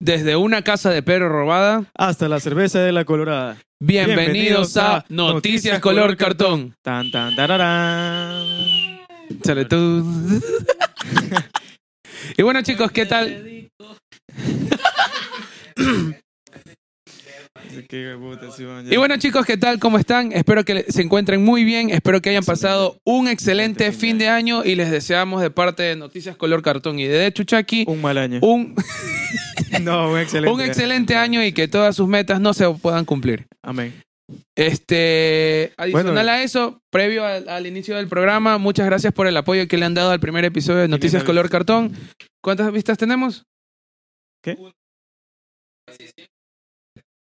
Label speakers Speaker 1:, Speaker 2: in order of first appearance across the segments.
Speaker 1: Desde una casa de perro robada,
Speaker 2: Hasta la cerveza de la colorada.
Speaker 1: bienvenidos a Noticias Color Cartón.
Speaker 2: Tan, tan, tararán.
Speaker 1: Chale tú. y bueno, chicos, ¿qué tal?
Speaker 2: Qué puta, sí, man, ya.
Speaker 1: Y bueno, chicos, ¿qué tal? ¿Cómo están? Espero que le- se encuentren muy bien. Espero que hayan pasado un excelente fin de año y les deseamos de parte de Noticias Color Cartón y de Chuchaki
Speaker 2: Un mal año.
Speaker 1: un,
Speaker 2: No, un excelente.
Speaker 1: un excelente año y que todas sus metas no se puedan cumplir.
Speaker 2: Amén.
Speaker 1: Este, adicional
Speaker 2: Bueno,
Speaker 1: a eso, previo al, al inicio del programa, muchas gracias por el apoyo que le han dado al primer episodio de Noticias
Speaker 2: Quinientas
Speaker 1: Color Cartón. ¿Cuántas vistas tenemos?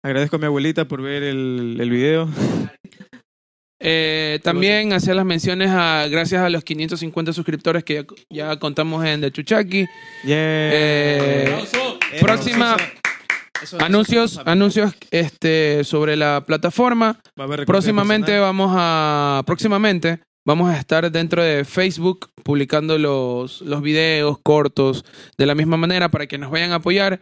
Speaker 2: Agradezco a mi abuelita por ver el, el video.
Speaker 1: Eh, también hacer las menciones a gracias a los 550 suscriptores que ya, ya contamos en The Chuchaki.
Speaker 2: Yeah.
Speaker 1: Eh, próxima-
Speaker 2: Eh,
Speaker 1: Anuncios, anuncios este, sobre la plataforma.
Speaker 2: Va a haber recortes
Speaker 1: Próximamente
Speaker 2: de
Speaker 1: vamos a. Próximamente vamos a estar dentro de Facebook publicando los, los videos cortos de la misma manera para que nos vayan a apoyar.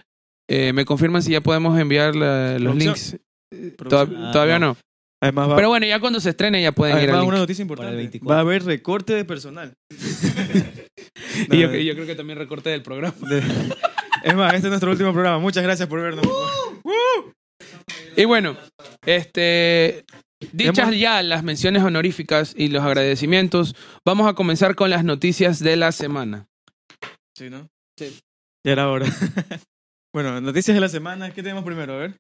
Speaker 1: Eh, me confirman si ya podemos enviar la- los
Speaker 2: Producción.
Speaker 1: links.
Speaker 2: personal.
Speaker 1: Toda-
Speaker 2: Producción.
Speaker 3: Ah,
Speaker 1: todavía no.
Speaker 2: Además, va,
Speaker 1: Pero bueno, ya cuando se estrene ya pueden ir
Speaker 2: además
Speaker 1: al
Speaker 2: una
Speaker 1: link.
Speaker 2: noticia
Speaker 3: Para el
Speaker 2: importante.
Speaker 3: 24.
Speaker 2: Va a haber recorte de personal.
Speaker 1: Y yo,
Speaker 2: No,
Speaker 1: y yo creo que también recorte del programa.
Speaker 2: de- Es más, este es nuestro último programa. Muchas gracias por vernos.
Speaker 1: Y bueno, este. Dichas
Speaker 2: Hemos-
Speaker 1: ya las menciones honoríficas y los agradecimientos, vamos a comenzar con las noticias de la semana.
Speaker 2: Sí, ¿no?
Speaker 1: Sí.
Speaker 2: Ya era hora. bueno, noticias de la semana. ¿Qué tenemos primero? A ver.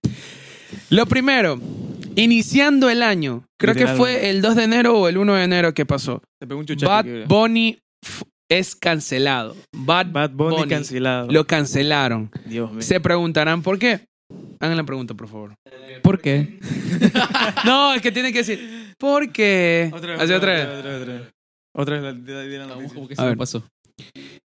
Speaker 1: Lo primero, iniciando el año, creo que
Speaker 2: Literal.
Speaker 1: fue el 2 de enero o el 1 de enero que pasó.
Speaker 2: Te pegó un chuchazo.
Speaker 1: Bad Bunny f- es cancelado. Bad,
Speaker 2: Bad Bunny,
Speaker 1: Bunny.
Speaker 2: cancelado.
Speaker 1: lo cancelaron.
Speaker 2: Dios mío.
Speaker 1: Se preguntarán por qué. Hagan la pregunta, por favor.
Speaker 3: ¿Por qué?
Speaker 1: No, es que tienen que decir, ¿por qué?
Speaker 2: Otra
Speaker 1: Así
Speaker 2: vez.
Speaker 1: otra vez.
Speaker 2: Otra vez. Otra vez. Otra vez la, la- la- la noticia.
Speaker 3: ¿Cómo que
Speaker 1: se
Speaker 3: se
Speaker 1: me
Speaker 3: me pasó?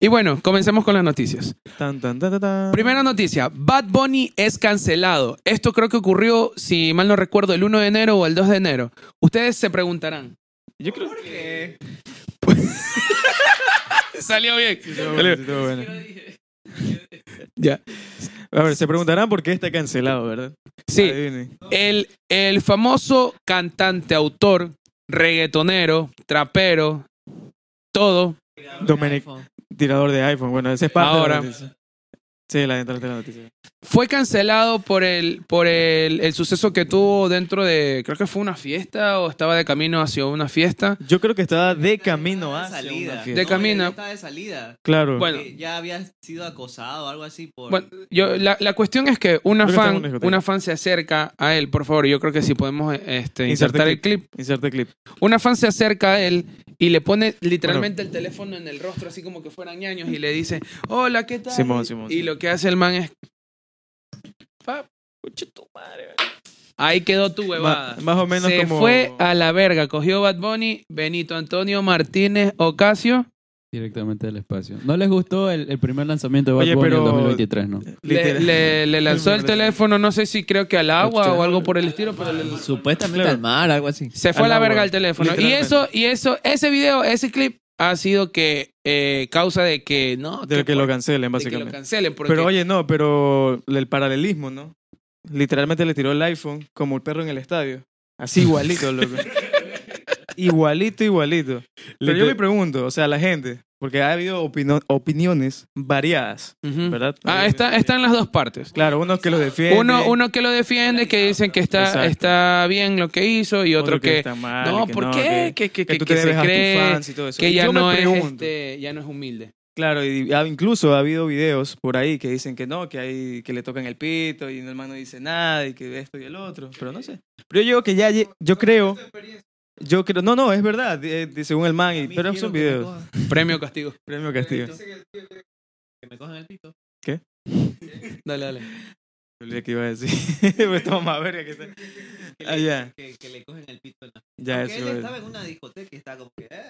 Speaker 1: Y bueno, comencemos con las noticias.
Speaker 2: Tan, tan, tan, tan, tan.
Speaker 1: Primera noticia, Bad Bunny es cancelado. Esto creo que ocurrió, si mal no recuerdo, el 1 de enero o el 2 de enero. Ustedes se preguntarán.
Speaker 2: Yo creo
Speaker 1: Salió bien.
Speaker 2: Sí, estuvo bueno, sí, estuvo bueno.
Speaker 1: Ya.
Speaker 2: A ver, se preguntarán por qué está cancelado, ¿verdad?
Speaker 1: Sí,
Speaker 2: Adivinen.
Speaker 1: El, el famoso cantante, autor, reggaetonero, trapero, todo.
Speaker 2: Dominic, tirador de iPhone. Bueno, ese es parte
Speaker 1: Ahora.
Speaker 2: de la noticia. Sí, la dentro de la noticia.
Speaker 1: Fue cancelado por el, por el, el suceso que tuvo dentro de. Creo que fue una fiesta o estaba de camino hacia una fiesta.
Speaker 2: Yo creo que estaba de camino a
Speaker 3: salida.
Speaker 2: salida.
Speaker 1: De camino.
Speaker 3: él Estaba de salida.
Speaker 2: Claro.
Speaker 1: Bueno.
Speaker 3: Que Ya había sido acosado o algo así por...
Speaker 1: Bueno, yo, la, la cuestión es que una
Speaker 2: Creo que
Speaker 1: fan,
Speaker 2: estaba en una discoteca.
Speaker 1: una fan se acerca a él, por favor. Yo creo que si podemos este, insertar
Speaker 2: Inserte
Speaker 1: el clip.
Speaker 2: Inserte clip.
Speaker 1: Una fan se acerca a él y le pone literalmente el teléfono en el rostro, así como que fueran ñaños, y le dice, hola, ¿qué tal?
Speaker 2: Simón, Simón,
Speaker 1: y
Speaker 2: Simón.
Speaker 1: lo que hace el man es... "Pa, concha tu madre". Ahí quedó tu huevada.
Speaker 2: Ma- más o menos
Speaker 1: se
Speaker 2: como.
Speaker 1: fue a la verga, cogió Bad Bunny, Benito Antonio Martínez Ocasio,
Speaker 3: Directamente del espacio. No les gustó el, el primer lanzamiento de Bad
Speaker 2: Oye,
Speaker 3: Bunny
Speaker 2: pero-
Speaker 3: en 2023, ¿no?
Speaker 1: le,
Speaker 2: Literal.
Speaker 1: le- le lanzó el
Speaker 2: Literal.
Speaker 1: teléfono, no sé si creo que al agua
Speaker 2: Literal.
Speaker 1: o algo por el estilo, pero le-
Speaker 3: Supuestamente
Speaker 2: Claro.
Speaker 3: al mar, algo así.
Speaker 1: Se fue a
Speaker 2: Al
Speaker 1: la
Speaker 2: agua,
Speaker 1: verga el teléfono. Y
Speaker 2: literalmente.
Speaker 1: eso, y eso, ese video, ese clip ha sido que eh, causa de que no,
Speaker 2: De que lo
Speaker 1: por-
Speaker 2: cancelen,
Speaker 1: de que lo
Speaker 2: básicamente.
Speaker 1: cancelen. Porque,
Speaker 2: Pero oye, no, pero el paralelismo, ¿no? Literalmente le tiró el iPhone como el perro en el estadio. Así igualito, loco. igualito, igualito. Pero yo me pregunto, o sea, la gente, porque ha habido opino- opiniones variadas,
Speaker 1: Ujú.
Speaker 2: ¿verdad?
Speaker 1: Ah, está, están las dos partes.
Speaker 2: Claro, unos que los defienden.
Speaker 1: Uno, uno que lo defiende, que dicen que está,
Speaker 2: Exacto.
Speaker 1: está bien lo que hizo, y otro, que,
Speaker 2: está mal,
Speaker 1: no,
Speaker 2: que
Speaker 1: ¿por
Speaker 2: no,
Speaker 1: qué?
Speaker 2: que-
Speaker 1: Que, que,
Speaker 2: que
Speaker 1: que-
Speaker 2: tú
Speaker 1: que
Speaker 2: te
Speaker 1: se
Speaker 2: debes a tus
Speaker 1: cree
Speaker 2: fans y todo eso.
Speaker 1: que
Speaker 2: Y
Speaker 1: ya
Speaker 2: yo
Speaker 1: no,
Speaker 2: me
Speaker 1: es,
Speaker 2: pregunto,
Speaker 1: este, ya no es humilde.
Speaker 2: Claro, y ha- incluso ha habido videos por ahí que dicen que no, que hay que le tocan el pito y el hermano dice nada y que esto y el otro, pero no sé. Pero yo digo que ya lle- yo creo yo creo no, no, es verdad, de- de- según el man, y- pero son videos.
Speaker 1: Premio castigo.
Speaker 2: Premio castigo.
Speaker 3: Que me cojan el pito.
Speaker 1: Dale, dale.
Speaker 2: Me olvidé que iba a decir. Pero estamos más verga que está. Ah, ya.
Speaker 3: Que, que le cogen el pito. en la-
Speaker 2: Ya
Speaker 3: Porque
Speaker 2: eso.
Speaker 3: él
Speaker 2: es.
Speaker 3: estaba en una discoteca y estaba como que... eh,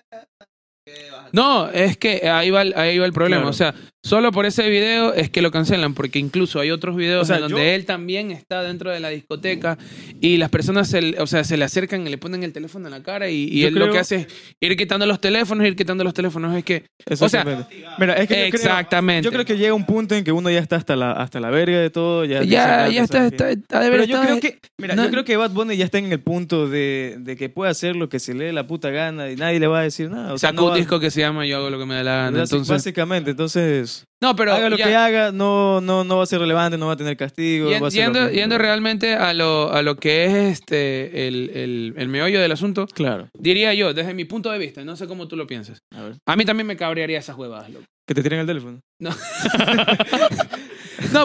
Speaker 1: No, es que ahí va, el- ahí va el problema.
Speaker 2: Claro.
Speaker 1: O sea, solo por ese video es que lo cancelan, porque incluso hay otros videos
Speaker 2: O sea,
Speaker 1: en donde
Speaker 2: yo-
Speaker 1: él también está dentro de la discoteca y las personas se, le- o sea, se le acercan y le ponen el teléfono en la cara y, y
Speaker 2: Yo
Speaker 1: él lo
Speaker 2: creo-
Speaker 1: que hace es ir quitando los teléfonos, ir quitando los teléfonos. Es que,
Speaker 2: Eso
Speaker 1: O sea,
Speaker 2: sí, pero- mira, es que yo creo-
Speaker 1: exactamente.
Speaker 2: Yo creo que llega un punto en que uno ya está hasta la, hasta la verga de todo. Ya,
Speaker 1: ya,
Speaker 2: dice,
Speaker 1: ya está,
Speaker 2: ¿sabes qué?
Speaker 1: está, está de
Speaker 2: Pero
Speaker 1: verdad. eh.
Speaker 2: yo creo que, mira,
Speaker 1: no-
Speaker 2: yo creo que Bad Bunny ya está en el punto de, de que puede hacer lo que se le dé la puta gana y nadie le va a decir nada. O sea,
Speaker 1: sacó
Speaker 2: no
Speaker 1: un
Speaker 2: va-
Speaker 1: disco que se llama Yo hago lo que me da la gana.
Speaker 2: básic-
Speaker 1: Entonces,
Speaker 2: Básicamente, entonces,
Speaker 1: no, pero
Speaker 2: haga lo
Speaker 1: ya-
Speaker 2: que haga, no, no, no va a ser relevante, no va a tener castigo.
Speaker 1: Yen-
Speaker 2: va a ser lo
Speaker 1: yendo,
Speaker 2: mismo.
Speaker 1: yendo realmente a lo, a lo que es este el, el, el meollo del asunto,
Speaker 2: Claro.
Speaker 1: diría yo, desde mi punto de vista, no sé cómo tú lo piensas.
Speaker 2: A ver.
Speaker 1: A mí también me cabrearía esas huevadas, loco.
Speaker 2: Que te tiren el teléfono.
Speaker 1: No,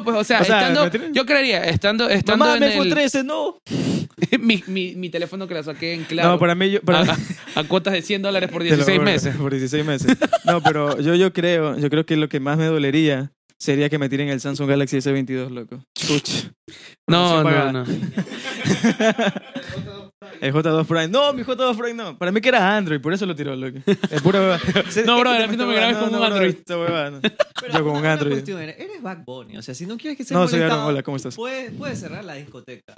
Speaker 1: pues, o sea,
Speaker 2: O sea,
Speaker 1: estando,
Speaker 2: ¿me tienen?
Speaker 1: yo creería, estando, estando
Speaker 2: Mamá,
Speaker 1: en
Speaker 2: me fue
Speaker 1: el-
Speaker 2: 13, no.
Speaker 1: mi, mi, mi teléfono que la saqué en claro,
Speaker 2: No, para mí, yo, para
Speaker 1: a, a cuotas de 100 dólares por
Speaker 2: Te lo
Speaker 1: 16
Speaker 2: juro,
Speaker 1: meses.
Speaker 2: Por 16 meses. No, pero yo, yo creo, yo creo que lo que más me dolería sería que me tiren el Samsung Galaxy S22, loco. Chuch.
Speaker 1: No, no,
Speaker 2: Recién pagada.
Speaker 1: no.
Speaker 2: El J2 Prime. No, mi J2 Prime no. Para mí que era Android, por eso lo tiró, loco. Es pura hueva.
Speaker 1: No, brother, a mí no me grabes con un Android.
Speaker 2: Esta hueva, no.
Speaker 4: Pero
Speaker 2: Yo con un
Speaker 4: una
Speaker 2: Android.
Speaker 4: cuestión, Eres Bad Bunny, o sea, si no quieres que se
Speaker 2: No, soy
Speaker 4: molestado,
Speaker 2: Aaron. Hola, ¿cómo estás?
Speaker 4: puedes, puedes cerrar la discoteca.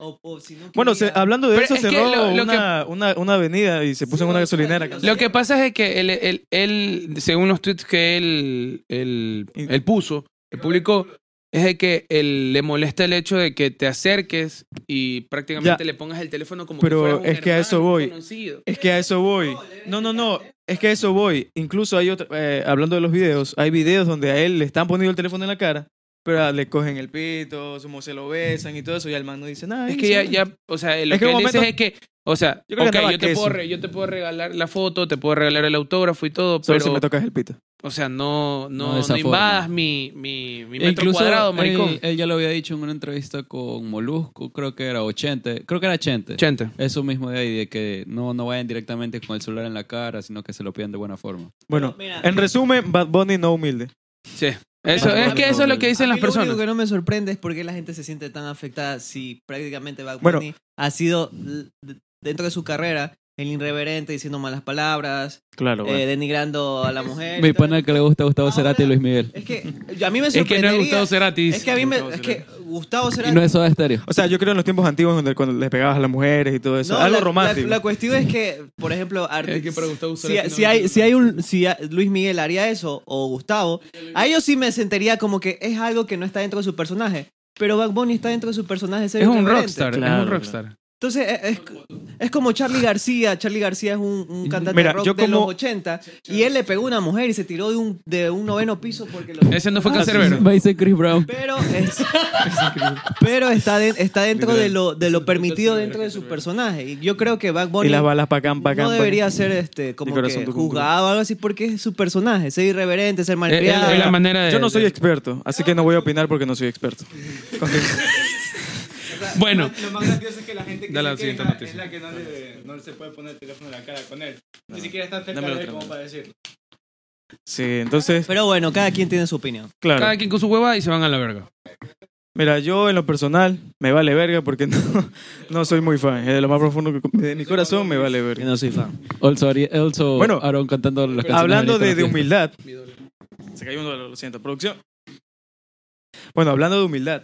Speaker 4: O, o si no
Speaker 2: Bueno, se-
Speaker 4: querías-
Speaker 2: hablando de
Speaker 1: Pero
Speaker 2: eso,
Speaker 1: es que
Speaker 2: cerró
Speaker 1: lo- lo
Speaker 2: una, una, una avenida y se puso
Speaker 4: Sí,
Speaker 2: en una
Speaker 4: no,
Speaker 2: gasolinera.
Speaker 4: tranquilo,
Speaker 1: Lo que pasa es que él, él- él, según los tweets que él, él- él puso, que publicó, es de que él le molesta el hecho de que te acerques y prácticamente
Speaker 2: Ya.
Speaker 1: le pongas el teléfono como
Speaker 2: Pero
Speaker 1: que fuera un
Speaker 2: es que a
Speaker 1: hermano,
Speaker 2: eso
Speaker 1: un
Speaker 2: voy.
Speaker 1: conocido.
Speaker 2: Es que a eso voy. No, no, no. Es que a eso voy. Incluso hay otra. eh, hablando de los videos, hay videos donde a él le están poniendo el teléfono en la cara, pero ah, le cogen el pito, como se lo besan y todo eso, y al man no dice nada.
Speaker 1: Es
Speaker 2: y
Speaker 1: que
Speaker 2: se
Speaker 1: ya,
Speaker 2: va.
Speaker 1: ya, o sea, lo que,
Speaker 2: Es que un
Speaker 1: él dice
Speaker 2: momento-
Speaker 1: es que, o sea,
Speaker 2: Yo creo que
Speaker 1: ok,
Speaker 2: andaba
Speaker 1: yo te,
Speaker 2: queso.
Speaker 1: puedo re- yo te puedo regalar la foto, te puedo regalar el autógrafo y todo,
Speaker 2: Solo
Speaker 1: pero,
Speaker 2: si me tocas el pito.
Speaker 1: o sea, no,
Speaker 3: No
Speaker 1: no,
Speaker 3: de
Speaker 1: no,
Speaker 3: esa
Speaker 1: invadas
Speaker 3: forma.
Speaker 1: mi, mi, mi
Speaker 3: E
Speaker 1: metro cuadrado, maricón.
Speaker 3: Él, él ya lo había dicho en una entrevista con Molusco, creo que era 80, creo que era 80.
Speaker 1: 80.
Speaker 3: Eso mismo de ahí, de que no, no vayan directamente con el celular en la cara, sino que se lo pidan de buena forma.
Speaker 2: Bueno,
Speaker 4: Mira, eh,
Speaker 2: en resumen, Bad Bunny no humilde.
Speaker 1: Sí. Eso,
Speaker 3: Pero-
Speaker 1: es que eso es lo que
Speaker 4: Ah, a
Speaker 1: dicen
Speaker 4: mí
Speaker 1: las
Speaker 4: Lo
Speaker 1: personas.
Speaker 4: único que no me sorprende es por qué la gente se siente tan afectada si prácticamente Bad Bunny
Speaker 2: Bueno.
Speaker 4: ha sido l- d- dentro de su carrera el irreverente diciendo malas palabras,
Speaker 2: Claro,
Speaker 4: eh, denigrando a la mujer. y
Speaker 3: Mi
Speaker 4: todo.
Speaker 3: pana que le gusta Gustavo
Speaker 4: Ahora-
Speaker 3: Cerati y Luis Miguel.
Speaker 4: Es que a mí me
Speaker 1: Es que no
Speaker 4: sorprendería.
Speaker 1: es Gustavo Cerati.
Speaker 4: Es que a mí me
Speaker 2: Gustavo
Speaker 4: es que Gustavo
Speaker 3: Y
Speaker 4: Cerati
Speaker 3: no es Soda Stereo.
Speaker 2: O sea, yo creo en los tiempos antiguos donde cuando le pegabas a las mujeres y todo eso.
Speaker 4: No,
Speaker 2: Algo
Speaker 4: la-
Speaker 2: romántico.
Speaker 4: La, la cuestión es que, por ejemplo, arti-
Speaker 1: Es que para Gustavo
Speaker 4: si,
Speaker 1: Cerati no
Speaker 4: si
Speaker 1: me
Speaker 4: hay,
Speaker 1: gusta.
Speaker 4: si hay un, si a- Luis Miguel haría eso o Gustavo, a ellos sí me sentiría como que es algo que no está dentro de su personaje. Pero Bad Bunny está dentro de su personaje. ser
Speaker 1: Es un
Speaker 4: irreverente.
Speaker 1: rockstar, es
Speaker 2: Claro,
Speaker 1: un
Speaker 2: claro.
Speaker 1: rockstar.
Speaker 4: Entonces es, es- es como Charlie García. Charlie García es un, un cantante
Speaker 2: Mira,
Speaker 4: rock
Speaker 2: yo
Speaker 4: de
Speaker 2: como-
Speaker 4: los 80 y él le pegó a una mujer y se tiró de un, de un noveno piso porque lo...
Speaker 1: Ese no fue Eh,
Speaker 4: Ah,
Speaker 1: Cancerbero.
Speaker 4: sí,
Speaker 3: Va a decir Chris Brown.
Speaker 4: Pero, es- pero está, de- está dentro de lo, de lo permitido
Speaker 1: Cancerbero,
Speaker 4: dentro de su
Speaker 1: Cancerbero.
Speaker 4: personaje. Y yo creo que Bad Bunny
Speaker 2: y las balas pa' acá, pa' acá,
Speaker 4: no
Speaker 2: pa'
Speaker 1: pues.
Speaker 2: acá.
Speaker 4: debería ser este como que
Speaker 2: corazón tucum, tucum.
Speaker 4: juzgado o algo así porque es su personaje, ser irreverente, ser
Speaker 1: Es- es-
Speaker 4: malcriado.
Speaker 1: eh, es la manera de.
Speaker 2: Yo no soy
Speaker 1: de-
Speaker 2: experto, así que no voy a opinar porque no soy experto.
Speaker 1: Bueno,
Speaker 5: Lo más gracioso es que la gente que
Speaker 1: Dale a la
Speaker 5: se queja
Speaker 1: siguiente noticia.
Speaker 5: es la que no, le, no se puede poner el teléfono en la cara con él. Ni siquiera está cerca
Speaker 2: Dame
Speaker 5: de él
Speaker 2: otra,
Speaker 5: como
Speaker 2: dame.
Speaker 5: para decirlo.
Speaker 2: Sí, entonces,
Speaker 4: Pero bueno, cada quien tiene su opinión.
Speaker 2: claro.
Speaker 1: cada quien con su hueva y se van a la verga.
Speaker 2: Mira, yo en lo personal me vale verga porque no, no soy muy fan. De lo más profundo que- de mi corazón me vale
Speaker 4: Yo
Speaker 2: verga.
Speaker 4: no soy fan.
Speaker 3: Also, Ari- also
Speaker 2: Bueno,
Speaker 3: Aaron cantando las canciones.
Speaker 2: Hablando de, de
Speaker 3: ahorita en la fiesta.
Speaker 2: humildad. Se cayó un dólar, lo siento. Producción. Bueno, hablando de humildad.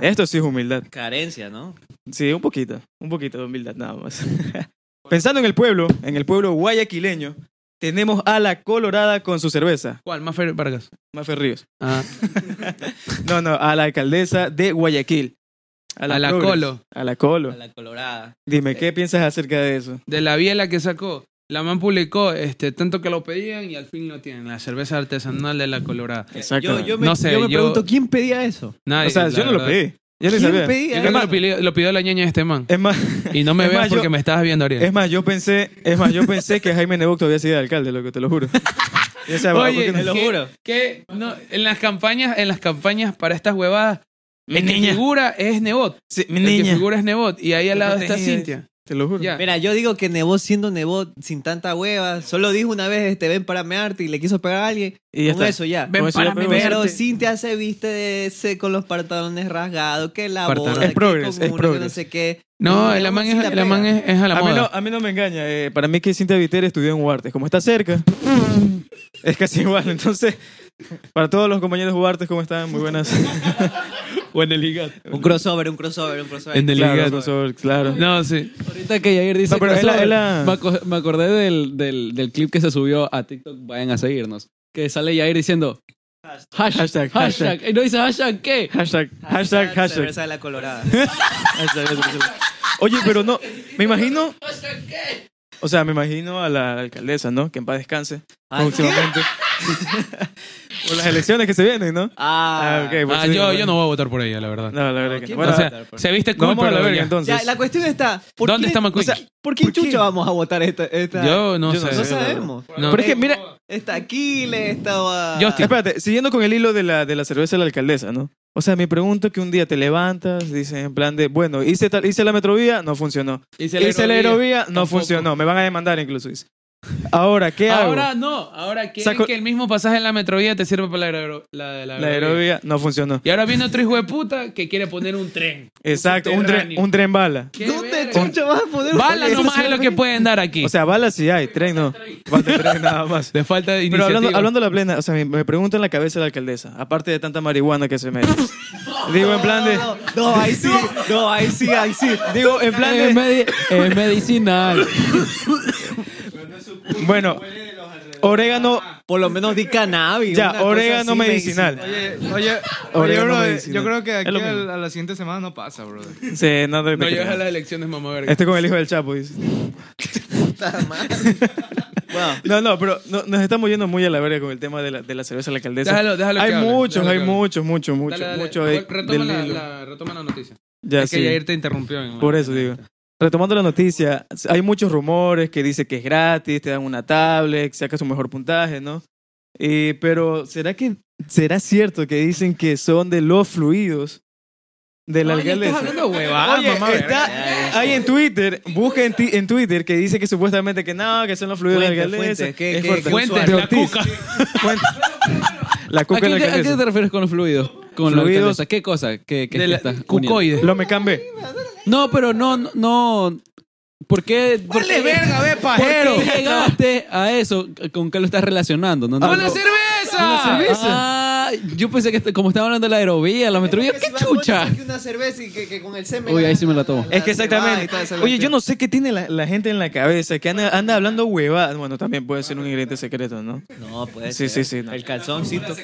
Speaker 2: Esto sí es humildad.
Speaker 4: Carencia, ¿no?
Speaker 2: Sí, un poquito. Un poquito de humildad nada más. Pensando en el pueblo, en el pueblo guayaquileño, tenemos a la Colorada con su cerveza.
Speaker 1: ¿Cuál? Mafer Vargas.
Speaker 2: Mafe Ríos.
Speaker 1: Ah,
Speaker 2: No, no, a la alcaldesa de Guayaquil.
Speaker 1: a la
Speaker 2: Progres.
Speaker 1: Colo.
Speaker 2: A la Colo.
Speaker 4: A la colorada.
Speaker 2: Dime, ¿qué piensas acerca de eso?
Speaker 1: De la biela que sacó. La man publicó este, tanto que lo pedían y al fin lo tienen. La cerveza artesanal de la Colorada.
Speaker 4: Yo, yo me,
Speaker 1: No sé,
Speaker 4: yo me
Speaker 1: yo-
Speaker 4: pregunto quién pedía eso.
Speaker 1: Nadie,
Speaker 2: o sea,
Speaker 1: la
Speaker 2: yo no lo
Speaker 1: verdad.
Speaker 2: pedí. Yo ni
Speaker 4: ¿Quién
Speaker 2: sabía.
Speaker 4: pedía
Speaker 1: Yo creo que
Speaker 4: eso?
Speaker 1: lo pidió, lo pidió la ñeña de este man.
Speaker 2: Es más,
Speaker 1: Y no me
Speaker 2: Es
Speaker 1: veas
Speaker 2: más, yo-
Speaker 1: porque me estabas viendo, Ariel.
Speaker 2: es más, yo pensé, es más, yo pensé que Jaime Nebot todavía sigue de alcalde, lo que te lo juro. Y, o sea, ¿por qué
Speaker 1: Oye,
Speaker 2: no?
Speaker 4: lo
Speaker 1: que-
Speaker 4: juro.
Speaker 1: que no, en las campañas, en las campañas para estas huevadas,
Speaker 2: Mi
Speaker 1: el que
Speaker 2: niña.
Speaker 1: figura es Nebot.
Speaker 2: Sí, mi
Speaker 1: El que
Speaker 2: niña.
Speaker 1: figura es Nebot. Y ahí al lado está
Speaker 2: Protegida.
Speaker 1: Cintia.
Speaker 2: Te lo juro.
Speaker 1: Ya.
Speaker 4: Mira, yo digo que Nebot siendo Nebot sin tanta hueva, solo dijo una vez este ven para mearte y le quiso pegar a alguien.
Speaker 2: Y ya
Speaker 4: con
Speaker 2: está.
Speaker 4: eso ya.
Speaker 1: Ven
Speaker 2: Con eso
Speaker 1: para
Speaker 2: ya
Speaker 1: mi
Speaker 2: podemos-
Speaker 1: verga.
Speaker 4: Pero
Speaker 1: Arte.
Speaker 4: Cintia se viste de ese con los pantalones rasgados, que la
Speaker 1: Pantalones.
Speaker 4: boda,
Speaker 2: Es progres,
Speaker 4: que
Speaker 2: es
Speaker 4: comuna, que no
Speaker 2: progres.
Speaker 4: sé qué.
Speaker 1: No,
Speaker 4: No,
Speaker 1: el
Speaker 4: la
Speaker 1: man,
Speaker 4: bolsita
Speaker 1: es, la man
Speaker 4: pega.
Speaker 1: es, es a la
Speaker 2: a, mí no,
Speaker 1: moda. Ah,
Speaker 2: a mí no me engaña. eh, para mí que Cintia Viteri estudió en Huartes. Como está cerca, es casi igual. Entonces, para todos los compañeros Huartes, ¿cómo están? Muy buenas. o en el IGAT.
Speaker 4: Un crossover, un crossover, un crossover.
Speaker 1: En el
Speaker 2: Claro,
Speaker 1: hígado.
Speaker 2: profesor, claro.
Speaker 1: No, sí.
Speaker 3: Ahorita que Jair dice
Speaker 2: No, pero es la-
Speaker 3: crossover,
Speaker 2: es la-
Speaker 3: me, aco- me acordé del, del, del clip que se subió a TikTok, vayan a seguirnos, que sale Jair diciendo hashtag,
Speaker 2: Hashtag,
Speaker 3: hashtag, y no dice hashtag qué.
Speaker 2: Hashtag, hashtag, hashtag.
Speaker 4: Cerveza de la colorada.
Speaker 2: Hashtag, hashtag, hashtag. Oye, pero no, me imagino. O sea, me imagino a la alcaldesa, ¿no? Que en paz descanse.
Speaker 4: Ah,
Speaker 2: próximamente. por las elecciones que se vienen, ¿no?
Speaker 4: Ah,
Speaker 2: ok, por
Speaker 1: Ah,
Speaker 2: si-
Speaker 1: yo, yo no voy a votar por ella, la verdad.
Speaker 2: No, la verdad que
Speaker 4: ¿quién
Speaker 2: no.
Speaker 4: va
Speaker 1: o
Speaker 2: pues, Bueno,
Speaker 4: a
Speaker 1: sea,
Speaker 4: votar por-
Speaker 1: se viste
Speaker 2: no
Speaker 1: cool,
Speaker 2: vamos a
Speaker 1: pero
Speaker 2: la
Speaker 1: la verga.
Speaker 2: verga entonces.
Speaker 4: Ya, la cuestión está. ¿por
Speaker 1: ¿Dónde
Speaker 4: quién-
Speaker 1: está McQueen?
Speaker 4: O sea, ¿por quién
Speaker 2: ¿Por quién?
Speaker 4: chucha vamos a votar esta? esta-
Speaker 1: Yo no
Speaker 2: yo eh, no
Speaker 1: sé.
Speaker 4: No
Speaker 2: sé.
Speaker 4: sabemos.
Speaker 1: No.
Speaker 2: Pero es que mira,
Speaker 4: Está Aquiles, estaba.
Speaker 1: Justin.
Speaker 2: espérate, siguiendo con el hilo de la, de la cerveza de la alcaldesa, ¿no? O sea, me pregunto que un día te levantas, dices en plan de, bueno, hice, tal, hice la metrovía, no funcionó.
Speaker 1: Hice
Speaker 2: Hice la aerovía, no
Speaker 1: tampoco.
Speaker 2: funcionó. Me van a demandar incluso, dice. Ahora, ¿qué hago?
Speaker 1: Ahora no, ahora quieren
Speaker 2: Saco-
Speaker 1: que el mismo pasaje en la metrovía te sirva para la, aero- la de la
Speaker 2: la
Speaker 1: aerovía.
Speaker 2: aerovía no funcionó.
Speaker 1: Y ahora viene otro hijo de puta que quiere poner un tren.
Speaker 2: Exacto, un tren,
Speaker 1: subterráneo.
Speaker 2: un tren bala.
Speaker 1: ¿Qué
Speaker 4: ¿Dónde
Speaker 1: verga?
Speaker 4: chucha vas a poner un-
Speaker 1: Bala nomás es lo que pueden dar aquí.
Speaker 2: O sea, bala sí hay, tren no. Falta tren nada más.
Speaker 1: de falta de
Speaker 2: Pero
Speaker 1: iniciativa.
Speaker 2: hablando, hablando de la plena, o sea, me, me pregunto en la cabeza de la alcaldesa, aparte de tanta marihuana que se mete. Digo, en plan de...
Speaker 4: No, no, ahí sí, no, ahí sí, ahí sí.
Speaker 2: Digo, en plan
Speaker 3: Es,
Speaker 2: de...
Speaker 3: medi- es medicinal.
Speaker 2: Bueno, orégano...
Speaker 4: Por lo menos di cannabis.
Speaker 2: Ya,
Speaker 4: una cosa
Speaker 2: orégano
Speaker 4: así
Speaker 2: medicinal.
Speaker 5: Oye, oye, oye,
Speaker 2: Orégano
Speaker 5: bro,
Speaker 2: medicinal.
Speaker 5: yo creo que de
Speaker 2: Es lo
Speaker 5: aquí al-
Speaker 2: mismo.
Speaker 5: a, la siguiente semana no pasa, bro.
Speaker 2: Sí, no, no,
Speaker 1: no llegas a las elecciones, mamá verga.
Speaker 2: Este con el hijo del Chapo, dice.
Speaker 4: Puta madre. Bueno,
Speaker 2: No, no, pero no- nos estamos yendo muy a la verga con el tema de la, de la cerveza de la alcaldesa.
Speaker 1: Déjalo, déjalo
Speaker 2: hay
Speaker 1: que hable,
Speaker 2: muchos,
Speaker 1: déjalo
Speaker 2: hay
Speaker 1: que hable.
Speaker 2: muchos, muchos, muchos,
Speaker 1: Dale, dale.
Speaker 2: muchos.
Speaker 1: Vol-
Speaker 2: eh,
Speaker 1: retoma,
Speaker 2: del
Speaker 1: la,
Speaker 2: hilo.
Speaker 1: la- retoma la noticia.
Speaker 2: Ya,
Speaker 1: es
Speaker 2: sí.
Speaker 1: que Jair te interrumpió. en-
Speaker 2: Por eso digo. Retomando la noticia, hay muchos rumores que dice que es gratis, te dan una tablet, sacas un mejor puntaje, ¿no? Eh, pero ¿será que será cierto que dicen que son de los fluidos de la
Speaker 1: Oye,
Speaker 2: alcaldesa?
Speaker 1: estás hablando huevadas,
Speaker 2: Oye,
Speaker 1: Ah, mamá verga.
Speaker 2: está ahí en Twitter, busca en, ti- en Twitter que dice que supuestamente que no, que son los fluidos de la
Speaker 4: Fuente,
Speaker 2: alcaldesa.
Speaker 4: fuente, ¿qué-
Speaker 2: Es
Speaker 4: qué-
Speaker 2: fuerte.
Speaker 4: qué
Speaker 1: Fuentes,
Speaker 2: De
Speaker 1: la
Speaker 2: Ortiz.
Speaker 1: cuca.
Speaker 2: Fuente. La
Speaker 3: ¿A
Speaker 2: cuca
Speaker 3: qué,
Speaker 2: de la
Speaker 3: te, a qué
Speaker 2: alcaldesa.
Speaker 3: te refieres con los fluidos? Con los
Speaker 2: Fluidos.
Speaker 3: fluidos. ¿Qué cosa? ¿Qué, qué
Speaker 1: De la-
Speaker 3: está uniendo?
Speaker 1: cucoides.
Speaker 2: Lo me cambié.
Speaker 3: No, pero no, no, no. ¿Por qué? ¿Por qué-
Speaker 1: ve,
Speaker 3: ¿Por qué llegaste a eso? ¿Con qué lo estás relacionando? No, no,
Speaker 1: ¡Con la
Speaker 3: no.
Speaker 1: cerveza!
Speaker 3: Ah, yo pensé que como estaba hablando de la aerovía, la metrovía,
Speaker 4: que
Speaker 3: ¡qué
Speaker 4: si vas a poner
Speaker 3: chucha!
Speaker 4: aquí Una cerveza y que, que con el semen.
Speaker 3: Uy, ahí sí me la tomo.
Speaker 2: Es que
Speaker 4: se va y
Speaker 2: exactamente.
Speaker 4: toda esa
Speaker 2: Oye, yo
Speaker 4: cuestión.
Speaker 2: no sé qué tiene la, la gente en la cabeza, que anda, anda hablando huevadas. Bueno, también puede ser un ingrediente secreto, ¿no?
Speaker 4: No, pues.
Speaker 2: Sí, sí, sí, no.
Speaker 4: El calzoncito.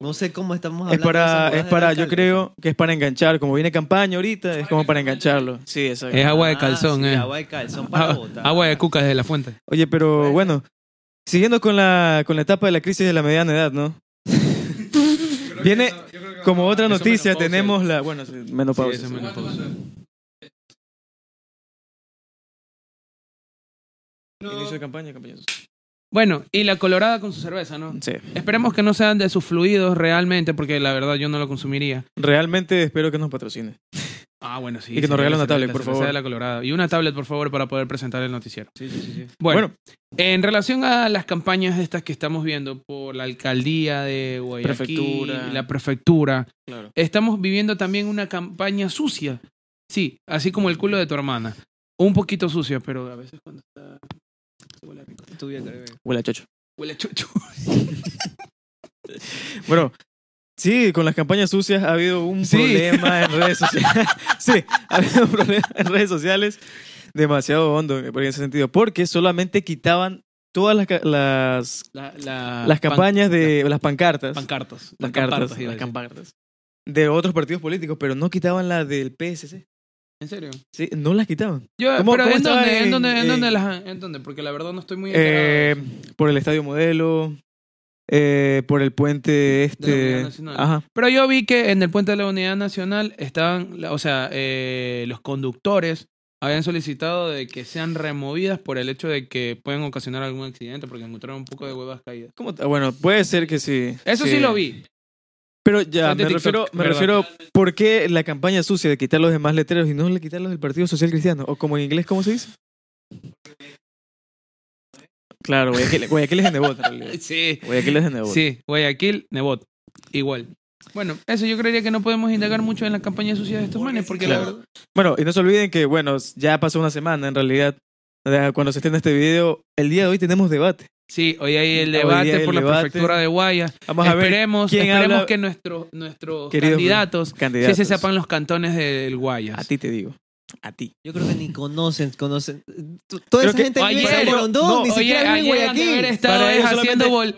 Speaker 4: No sé cómo estamos hablando.
Speaker 2: Es para,
Speaker 4: de esas
Speaker 2: es para,
Speaker 4: huevadas del
Speaker 2: yo
Speaker 4: alcalde.
Speaker 2: creo que es para enganchar. Como viene campaña ahorita, es como para engancharlo. Sí, exacto.
Speaker 1: Es agua de
Speaker 4: Ah,
Speaker 1: calzón,
Speaker 4: sí,
Speaker 1: eh.
Speaker 4: Agua de calzón para
Speaker 1: Ah,
Speaker 4: botar.
Speaker 1: agua de cuca desde la fuente.
Speaker 2: Oye, pero bueno, siguiendo con la, con la etapa de la crisis de la mediana edad, ¿no? Viene como otra
Speaker 1: Eso
Speaker 2: noticia,
Speaker 1: menopausia.
Speaker 2: tenemos la. Bueno, sí, menopausia.
Speaker 1: Sí, eso
Speaker 2: sí.
Speaker 1: es menopausia.
Speaker 2: Inicio de campaña, campaña.
Speaker 1: Bueno, y la colorada con su cerveza, ¿no?
Speaker 2: Sí.
Speaker 1: Esperemos que no sean de sus fluidos realmente, porque la verdad yo no lo consumiría.
Speaker 2: Realmente espero que nos patrocine.
Speaker 1: Ah, bueno, sí.
Speaker 2: Y que nos
Speaker 1: sería
Speaker 2: regalen
Speaker 1: la
Speaker 2: una tablet,
Speaker 1: cerveza,
Speaker 2: por
Speaker 1: cerveza
Speaker 2: favor.
Speaker 1: de la colorada. Y una tablet, por favor, para poder presentar el noticiero. Bueno,
Speaker 2: Bueno,
Speaker 1: en relación a las campañas estas que estamos viendo por la alcaldía de Guayaquil,
Speaker 2: Prefectura.
Speaker 1: la prefectura,
Speaker 2: Claro.
Speaker 1: estamos viviendo también una campaña sucia. Sí, así como el culo de tu hermana. Un poquito sucia, pero a veces cuando está... se huele rico.
Speaker 2: huele a chocho.
Speaker 1: Huele a chucho.
Speaker 2: Bueno, sí, con las campañas sucias ha habido un
Speaker 1: Sí.
Speaker 2: problema en redes sociales. sí, ha habido un problema en redes sociales demasiado hondo en ese sentido, porque solamente quitaban todas las, ca- las,
Speaker 1: La- la-
Speaker 2: las
Speaker 1: Ah, pan-
Speaker 2: campañas de las pancartas.
Speaker 1: Pancartas.
Speaker 2: las cartas,
Speaker 1: iba a
Speaker 2: las
Speaker 1: decir.
Speaker 2: campartas de otros partidos políticos, pero no quitaban la del PSC.
Speaker 1: ¿En serio?
Speaker 2: Sí, no las quitaban.
Speaker 1: Yo,
Speaker 2: ¿Cómo-
Speaker 1: pero
Speaker 2: cómo
Speaker 1: ¿en
Speaker 2: estaba
Speaker 1: dónde? ¿En
Speaker 2: en-
Speaker 1: dónde? ¿En
Speaker 2: eh,
Speaker 1: dónde las- ¿En dónde? Porque la verdad no estoy muy
Speaker 2: Eh,
Speaker 1: enterado.
Speaker 2: por el Estadio Modelo, eh, por el puente este.
Speaker 1: Unidad Nacional.
Speaker 2: Ajá.
Speaker 1: Pero yo vi que en el puente de la Unidad Nacional estaban, la- o sea, eh, los conductores habían solicitado de que sean removidas por el hecho de que pueden ocasionar algún accidente porque encontraron un poco de huevas caídas.
Speaker 2: ¿Cómo t- Bueno, puede ser que sí.
Speaker 1: Eso sí, lo vi.
Speaker 2: Pero ya,
Speaker 1: Son de
Speaker 2: me
Speaker 1: TikTok,
Speaker 2: refiero, me
Speaker 1: ¿verdad?
Speaker 2: refiero, ¿por qué la campaña sucia de quitar los demás letreros y no le quitar los del Partido Social Cristiano? O como en inglés, ¿cómo se dice? Claro, Guayaquil, Guayaquil es en Nebot, en realidad.
Speaker 1: Sí,
Speaker 2: Guayaquil es en Nebot.
Speaker 1: sí. Guayaquil, Nebot. Igual. Bueno, eso yo creería que no podemos indagar mucho en la campaña sucia de estos manes, porque la
Speaker 5: Claro.
Speaker 1: verdad-
Speaker 2: Bueno, y no se olviden que, bueno, ya pasó una semana en realidad. de Cuando se esté este video, el día de hoy tenemos debate.
Speaker 1: Sí, hoy hay el
Speaker 2: Hoy día
Speaker 1: debate
Speaker 2: el
Speaker 1: por la
Speaker 2: debate.
Speaker 1: prefectura de Guaya.
Speaker 2: Vamos a ver,
Speaker 1: esperemos
Speaker 2: quién
Speaker 1: esperemos
Speaker 2: habla-
Speaker 1: que nuestros nuestros
Speaker 2: Queridos
Speaker 1: candidatos,
Speaker 2: candidatos.
Speaker 1: sí se sepan los cantones del Guayas.
Speaker 2: A ti te digo. A ti.
Speaker 4: Yo creo que ni conocen, conocen. T-
Speaker 2: Creo
Speaker 4: Toda esa
Speaker 2: que-
Speaker 4: gente vive
Speaker 1: Oye,
Speaker 4: en San
Speaker 1: yo-
Speaker 4: Borondón,
Speaker 2: no,
Speaker 4: ni
Speaker 1: Oye,
Speaker 4: siquiera vive en
Speaker 1: ayer han de haber
Speaker 4: Guayaquil.
Speaker 1: estado
Speaker 2: Para
Speaker 1: es
Speaker 2: ellos
Speaker 1: haciendo bol.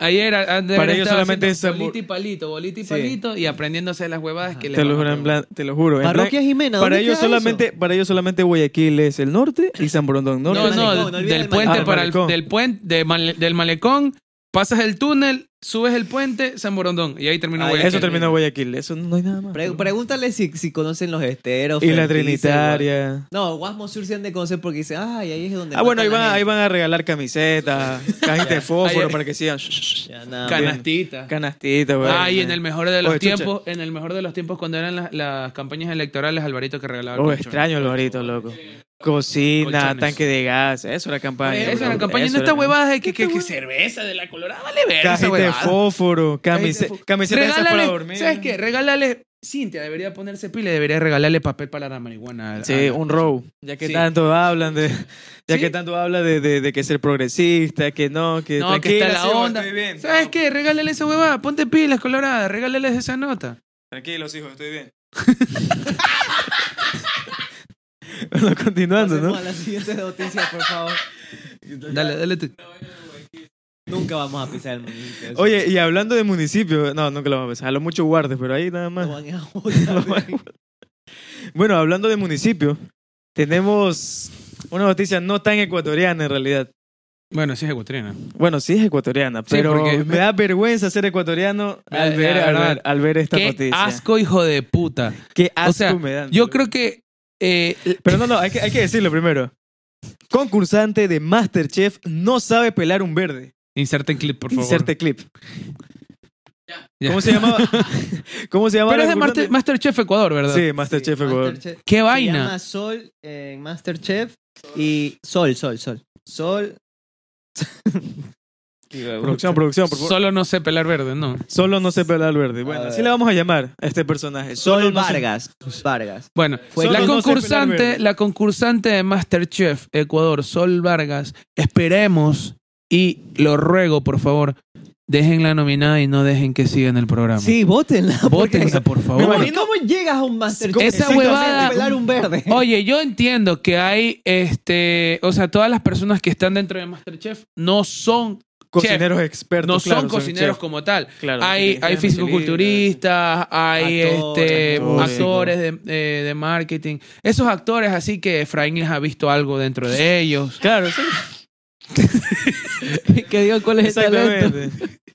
Speaker 1: Ayer a- han de haber
Speaker 2: Para ellos
Speaker 1: estado
Speaker 2: solamente
Speaker 1: haciendo
Speaker 2: es-
Speaker 1: bolita y palito, bolita y
Speaker 2: Sí.
Speaker 1: palito y aprendiéndose las huevadas que le
Speaker 2: Te lo juro, en plan- te lo juro. en plan-
Speaker 4: Parroquia Jimena.
Speaker 2: para
Speaker 4: ¿dónde
Speaker 2: ellos
Speaker 4: queda eso?
Speaker 2: solamente, para ellos solamente Guayaquil es el norte y San Borondón norte.
Speaker 1: No,
Speaker 4: del
Speaker 1: no,
Speaker 4: malecón, no olviden
Speaker 1: del
Speaker 4: el
Speaker 1: puente
Speaker 2: malecón.
Speaker 1: para el
Speaker 2: Ah, malecón.
Speaker 1: del puente de male- del malecón, pasas el túnel, subes el puente, San Borondón y ahí terminó
Speaker 4: Ahí,
Speaker 1: Guayaquil.
Speaker 2: Eso terminó Guayaquil, eso no hay nada más.
Speaker 4: Pre- pregúntale si, si conocen los esteros.
Speaker 2: y la
Speaker 4: Felices, Guay-
Speaker 2: Trinitaria.
Speaker 4: No, Guasmo Sur sí han de conocer porque dicen, ay, ahí es donde.
Speaker 2: Ah, bueno, ahí
Speaker 4: matan
Speaker 2: van,
Speaker 4: la
Speaker 2: ahí
Speaker 4: gente".
Speaker 2: van a regalar camisetas, cajitas de fósforo
Speaker 1: Ayer-
Speaker 2: para que sigan.
Speaker 4: Ya, nada,
Speaker 2: Cana-
Speaker 1: Canastita.
Speaker 2: Canastitas, güey.
Speaker 1: Ay, en el mejor de los
Speaker 2: Oye, chucha.
Speaker 1: tiempos, en el mejor de los tiempos cuando eran las, las campañas electorales, Alvarito que regalaba
Speaker 2: Oh,
Speaker 1: colchones.
Speaker 2: extraño los gritos, loco. Cocina,
Speaker 1: Colchones.
Speaker 2: tanque de gas, eso era campaña.
Speaker 1: Esa era
Speaker 2: bro,
Speaker 1: la campaña,
Speaker 2: eso
Speaker 1: no
Speaker 2: era
Speaker 1: esta huevada de que,
Speaker 2: ¿Qué
Speaker 1: que, que
Speaker 2: hue-
Speaker 1: cerveza de la colorada, vale verga esa
Speaker 2: Cajita de
Speaker 1: huevada.
Speaker 2: fósforo,
Speaker 1: Cajita de
Speaker 2: camise-
Speaker 1: fo-
Speaker 2: camiseta de esas para dormir.
Speaker 1: ¿Sabes qué? Regálale. Cintia debería ponerse pila y debería regalarle papel para la marihuana. a-
Speaker 2: Sí,
Speaker 1: a-
Speaker 2: un row. Ya que
Speaker 1: Sí.
Speaker 2: tanto hablan de. Ya
Speaker 1: Sí.
Speaker 2: que tanto habla de, de, de que ser progresista, que no, que.
Speaker 1: No, que está
Speaker 2: tranquila,
Speaker 1: la
Speaker 2: sí,
Speaker 1: onda.
Speaker 2: Estoy bien.
Speaker 1: ¿Sabes
Speaker 2: No,
Speaker 1: qué? Regálale esa huevada. Ponte pilas coloradas. Regálales esa nota.
Speaker 2: Tranquilos, hijos, estoy bien. bueno, continuando,
Speaker 4: Pasemos
Speaker 2: ¿no?
Speaker 4: a la siguiente noticia, por favor.
Speaker 1: Dale, dale tú.
Speaker 4: Nunca vamos a pisar el muñeco. eso.
Speaker 2: Oye, y hablando de municipio, no, nunca lo vamos a pensar. A lo mucho guardes, pero ahí nada
Speaker 4: Lo
Speaker 2: más.
Speaker 4: van a botar, güey.
Speaker 2: Bueno, hablando de municipio, tenemos una noticia no tan ecuatoriana en realidad.
Speaker 1: Bueno, sí es ecuatoriana.
Speaker 2: Bueno, sí es ecuatoriana, pero
Speaker 1: porque-
Speaker 2: me da vergüenza ser ecuatoriano
Speaker 1: La-
Speaker 2: al ver,
Speaker 1: la
Speaker 2: al
Speaker 1: verdad.
Speaker 2: ver, al ver esta
Speaker 1: Qué
Speaker 2: noticia.
Speaker 1: asco, hijo de puta.
Speaker 2: Qué asco
Speaker 1: O sea,
Speaker 2: me dan.
Speaker 1: Yo creo que. eh,
Speaker 2: Pero no, no, hay que, hay que decirlo primero. Concursante de Masterchef no sabe pelar un verde.
Speaker 1: inserte el clip, por favor.
Speaker 2: Inserte clip.
Speaker 1: Ya.
Speaker 2: ¿Cómo se llamaba? ¿Cómo se llamaba?
Speaker 1: Pero
Speaker 2: la
Speaker 1: es de Master-
Speaker 2: concursante?
Speaker 1: Masterchef Ecuador, ¿verdad?
Speaker 2: Sí, Masterchef,
Speaker 4: Sí,
Speaker 2: Ecuador.
Speaker 4: Masterchef.
Speaker 1: Qué
Speaker 4: Se
Speaker 1: vaina.
Speaker 4: llama Sol en Masterchef y Sol, Sol, Sol. Sol.
Speaker 2: Producción, producción, por favor.
Speaker 1: Solo no sé pelar verde, no.
Speaker 2: Solo no se pelar el verde. Bueno,
Speaker 4: A
Speaker 2: así
Speaker 4: ver.
Speaker 2: le vamos a llamar a este personaje. Solo
Speaker 4: Sol
Speaker 2: no se-
Speaker 4: Vargas. Vargas.
Speaker 1: Bueno,
Speaker 4: Fue
Speaker 1: la
Speaker 2: Solo no sé pelar
Speaker 1: concursante,
Speaker 2: verde.
Speaker 1: la concursante de MasterChef Ecuador, Sol Vargas, esperemos y lo ruego, por favor, déjenla nominada y no dejen que siga en el programa.
Speaker 4: Sí, votenla. porque-
Speaker 1: Vótenla, por
Speaker 4: ¿Cómo-
Speaker 1: favor.
Speaker 2: imagino-
Speaker 4: ¿Cómo llegas a un Masterchef?
Speaker 1: Esa
Speaker 4: Exactamente,
Speaker 1: huevada-
Speaker 4: Pelar un verde.
Speaker 1: Oye, yo entiendo que hay este, o sea, todas las personas que están dentro de MasterChef no son
Speaker 2: Cocineros expertos.
Speaker 1: no
Speaker 2: claro,
Speaker 1: son cocineros
Speaker 2: chefs.
Speaker 1: como tal.
Speaker 2: Claro,
Speaker 1: Hay,
Speaker 2: tienen
Speaker 1: hay
Speaker 2: chefs,
Speaker 1: fisicoculturistas, hay
Speaker 4: Actores,
Speaker 1: este,
Speaker 2: actores.
Speaker 1: actores de, eh, de marketing. Esos actores, así que Efraín les ha visto algo dentro de ellos.
Speaker 2: Claro, sí,
Speaker 3: que diga cuál es el talento.
Speaker 2: exactamente.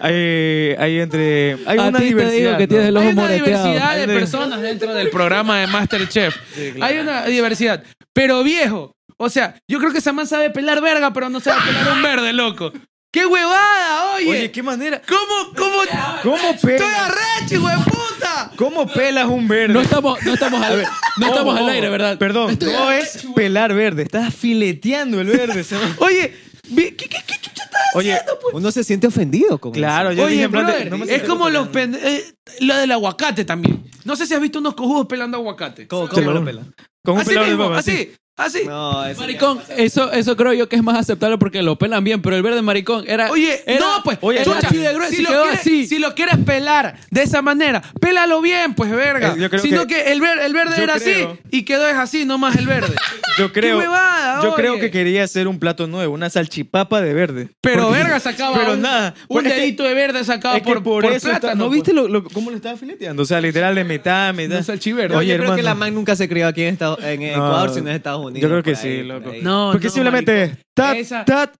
Speaker 2: Hay, hay entre. Hay
Speaker 3: A
Speaker 2: una
Speaker 3: ti te digo
Speaker 2: diversidad.
Speaker 3: que
Speaker 2: ¿no?
Speaker 3: tienes el ojo
Speaker 1: Hay una
Speaker 3: moreteado.
Speaker 1: diversidad
Speaker 2: Hay
Speaker 1: de
Speaker 2: una-
Speaker 1: personas dentro del programa de Masterchef.
Speaker 2: Sí, claro.
Speaker 1: Hay una diversidad. Pero viejo, o sea, yo creo que Samán sabe pelar verga, pero no sabe pelar un verde, loco. ¡Qué huevada, oye!
Speaker 2: Oye, qué manera.
Speaker 1: ¿Cómo, cómo?
Speaker 2: ¿Cómo
Speaker 1: ¡Estoy
Speaker 2: pelas?
Speaker 1: arrecho, hijo de puta!
Speaker 2: ¿Cómo pelas un verde?
Speaker 3: No estamos, no estamos, al, no estamos
Speaker 2: Ojo,
Speaker 3: al
Speaker 2: ojo.
Speaker 3: aire, ¿verdad?
Speaker 2: Perdón, no es pelar verde, estás fileteando el verde. se va.
Speaker 1: Oye, vi- ¿qué, qué, qué chucha estás
Speaker 2: Oye,
Speaker 4: Uno se siente ofendido con
Speaker 2: claro, yo dije
Speaker 1: Oye,
Speaker 2: en plan de-
Speaker 1: brother,
Speaker 2: no me
Speaker 1: es
Speaker 2: siento
Speaker 1: como los
Speaker 2: tocando.
Speaker 1: pende- eh, lo del aguacate también. No sé si has visto unos cojudos pelando aguacate.
Speaker 4: ¿Cómo,
Speaker 2: Te
Speaker 4: cómo
Speaker 2: lo-
Speaker 4: lo pela?
Speaker 2: Con un
Speaker 1: así
Speaker 2: pelador de
Speaker 1: mismo,
Speaker 2: papas, sí.
Speaker 1: así, así.
Speaker 4: No, eso
Speaker 3: Maricón, eso, eso creo yo que es más aceptable porque lo pelan bien, pero el verde maricón era.
Speaker 1: Oye,
Speaker 3: era-
Speaker 1: no, pues,
Speaker 2: oye,
Speaker 1: chucha,
Speaker 3: era así de grueso,
Speaker 1: si,
Speaker 3: y
Speaker 1: lo
Speaker 3: quedó
Speaker 1: quieres,
Speaker 3: así.
Speaker 1: si lo quieres pelar de esa manera, pélalo bien, pues, verga.
Speaker 2: Eh, yo creo
Speaker 1: si no,
Speaker 2: que-
Speaker 1: que el, ver- el verde
Speaker 2: yo
Speaker 1: era
Speaker 2: creo-
Speaker 1: así y quedó es así nomás el verde.
Speaker 2: Yo creo,
Speaker 1: huevada,
Speaker 2: yo
Speaker 1: oye.
Speaker 2: creo que quería hacer un plato nuevo, una salchipapa de verde.
Speaker 1: Pero
Speaker 2: Porque-
Speaker 1: verga sacaba
Speaker 2: Pero
Speaker 1: un,
Speaker 2: nada, Pues,
Speaker 1: un
Speaker 2: es que-
Speaker 1: dedito de verde sacado
Speaker 2: es que
Speaker 1: por, por,
Speaker 2: eso está-
Speaker 1: plátano.
Speaker 2: ¿No
Speaker 1: pues.
Speaker 2: viste lo, lo- cómo lo estaba fileteando? O sea, literal de mitad, mitad.
Speaker 1: Un salchiverde.
Speaker 4: Yo
Speaker 2: Oye,
Speaker 4: creo que
Speaker 2: hermano.
Speaker 4: la man nunca se crió aquí en, Estados- en Ecuador, sino en Estados Unidos.
Speaker 2: yo creo que
Speaker 4: por
Speaker 2: sí,
Speaker 4: ahí, por
Speaker 2: loco.
Speaker 4: ahí.
Speaker 1: No,
Speaker 2: Porque
Speaker 1: no,
Speaker 2: simplemente
Speaker 1: marico.
Speaker 2: es tat,
Speaker 1: Esa-
Speaker 2: tat.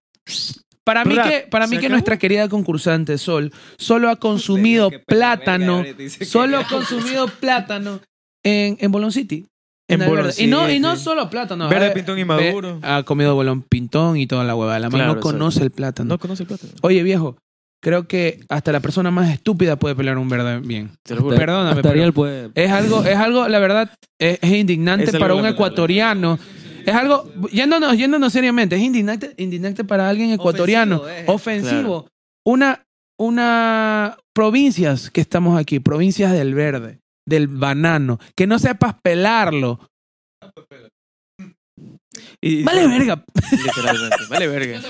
Speaker 1: Para mí
Speaker 2: Rap,
Speaker 1: que, para
Speaker 2: ¿se
Speaker 1: mí que
Speaker 2: acabó?
Speaker 1: nuestra querida concursante Sol solo ha consumido
Speaker 4: Te digo que pela verga,
Speaker 1: plátano,
Speaker 4: ahorita dice que
Speaker 1: solo
Speaker 4: no.
Speaker 1: ha consumido plátano en, en Bolón City.
Speaker 2: En
Speaker 1: Alverde.
Speaker 2: Bolón
Speaker 1: y no, y no
Speaker 2: City.
Speaker 1: solo plátano.
Speaker 2: Verde
Speaker 1: eh,
Speaker 2: pintón y
Speaker 1: ve-
Speaker 2: maduro.
Speaker 1: Ha comido bolón pintón y toda la hueva. La mano
Speaker 2: Claro,
Speaker 1: no
Speaker 2: eso.
Speaker 1: conoce el plátano.
Speaker 2: No conoce el plato.
Speaker 1: Oye, viejo, creo que hasta la persona más estúpida puede pelear un verde bien.
Speaker 2: Te lo juro.
Speaker 1: Pero- Perdóname,
Speaker 3: Hasta
Speaker 1: pero-
Speaker 3: Ariel puede.
Speaker 1: Es algo, es algo, la verdad, es, es indignante
Speaker 2: Es algo
Speaker 1: para un
Speaker 2: lamentable.
Speaker 1: ecuatoriano. Es algo, yéndonos, yéndonos seriamente, es indignante, indignante para alguien ecuatoriano,
Speaker 4: Ofensivo,
Speaker 1: ofensivo. Una una provincias que estamos aquí, provincias del verde, del banano, que no sepas pelarlo.
Speaker 2: Y-
Speaker 1: Vale verga.
Speaker 2: Literalmente. Vale verga.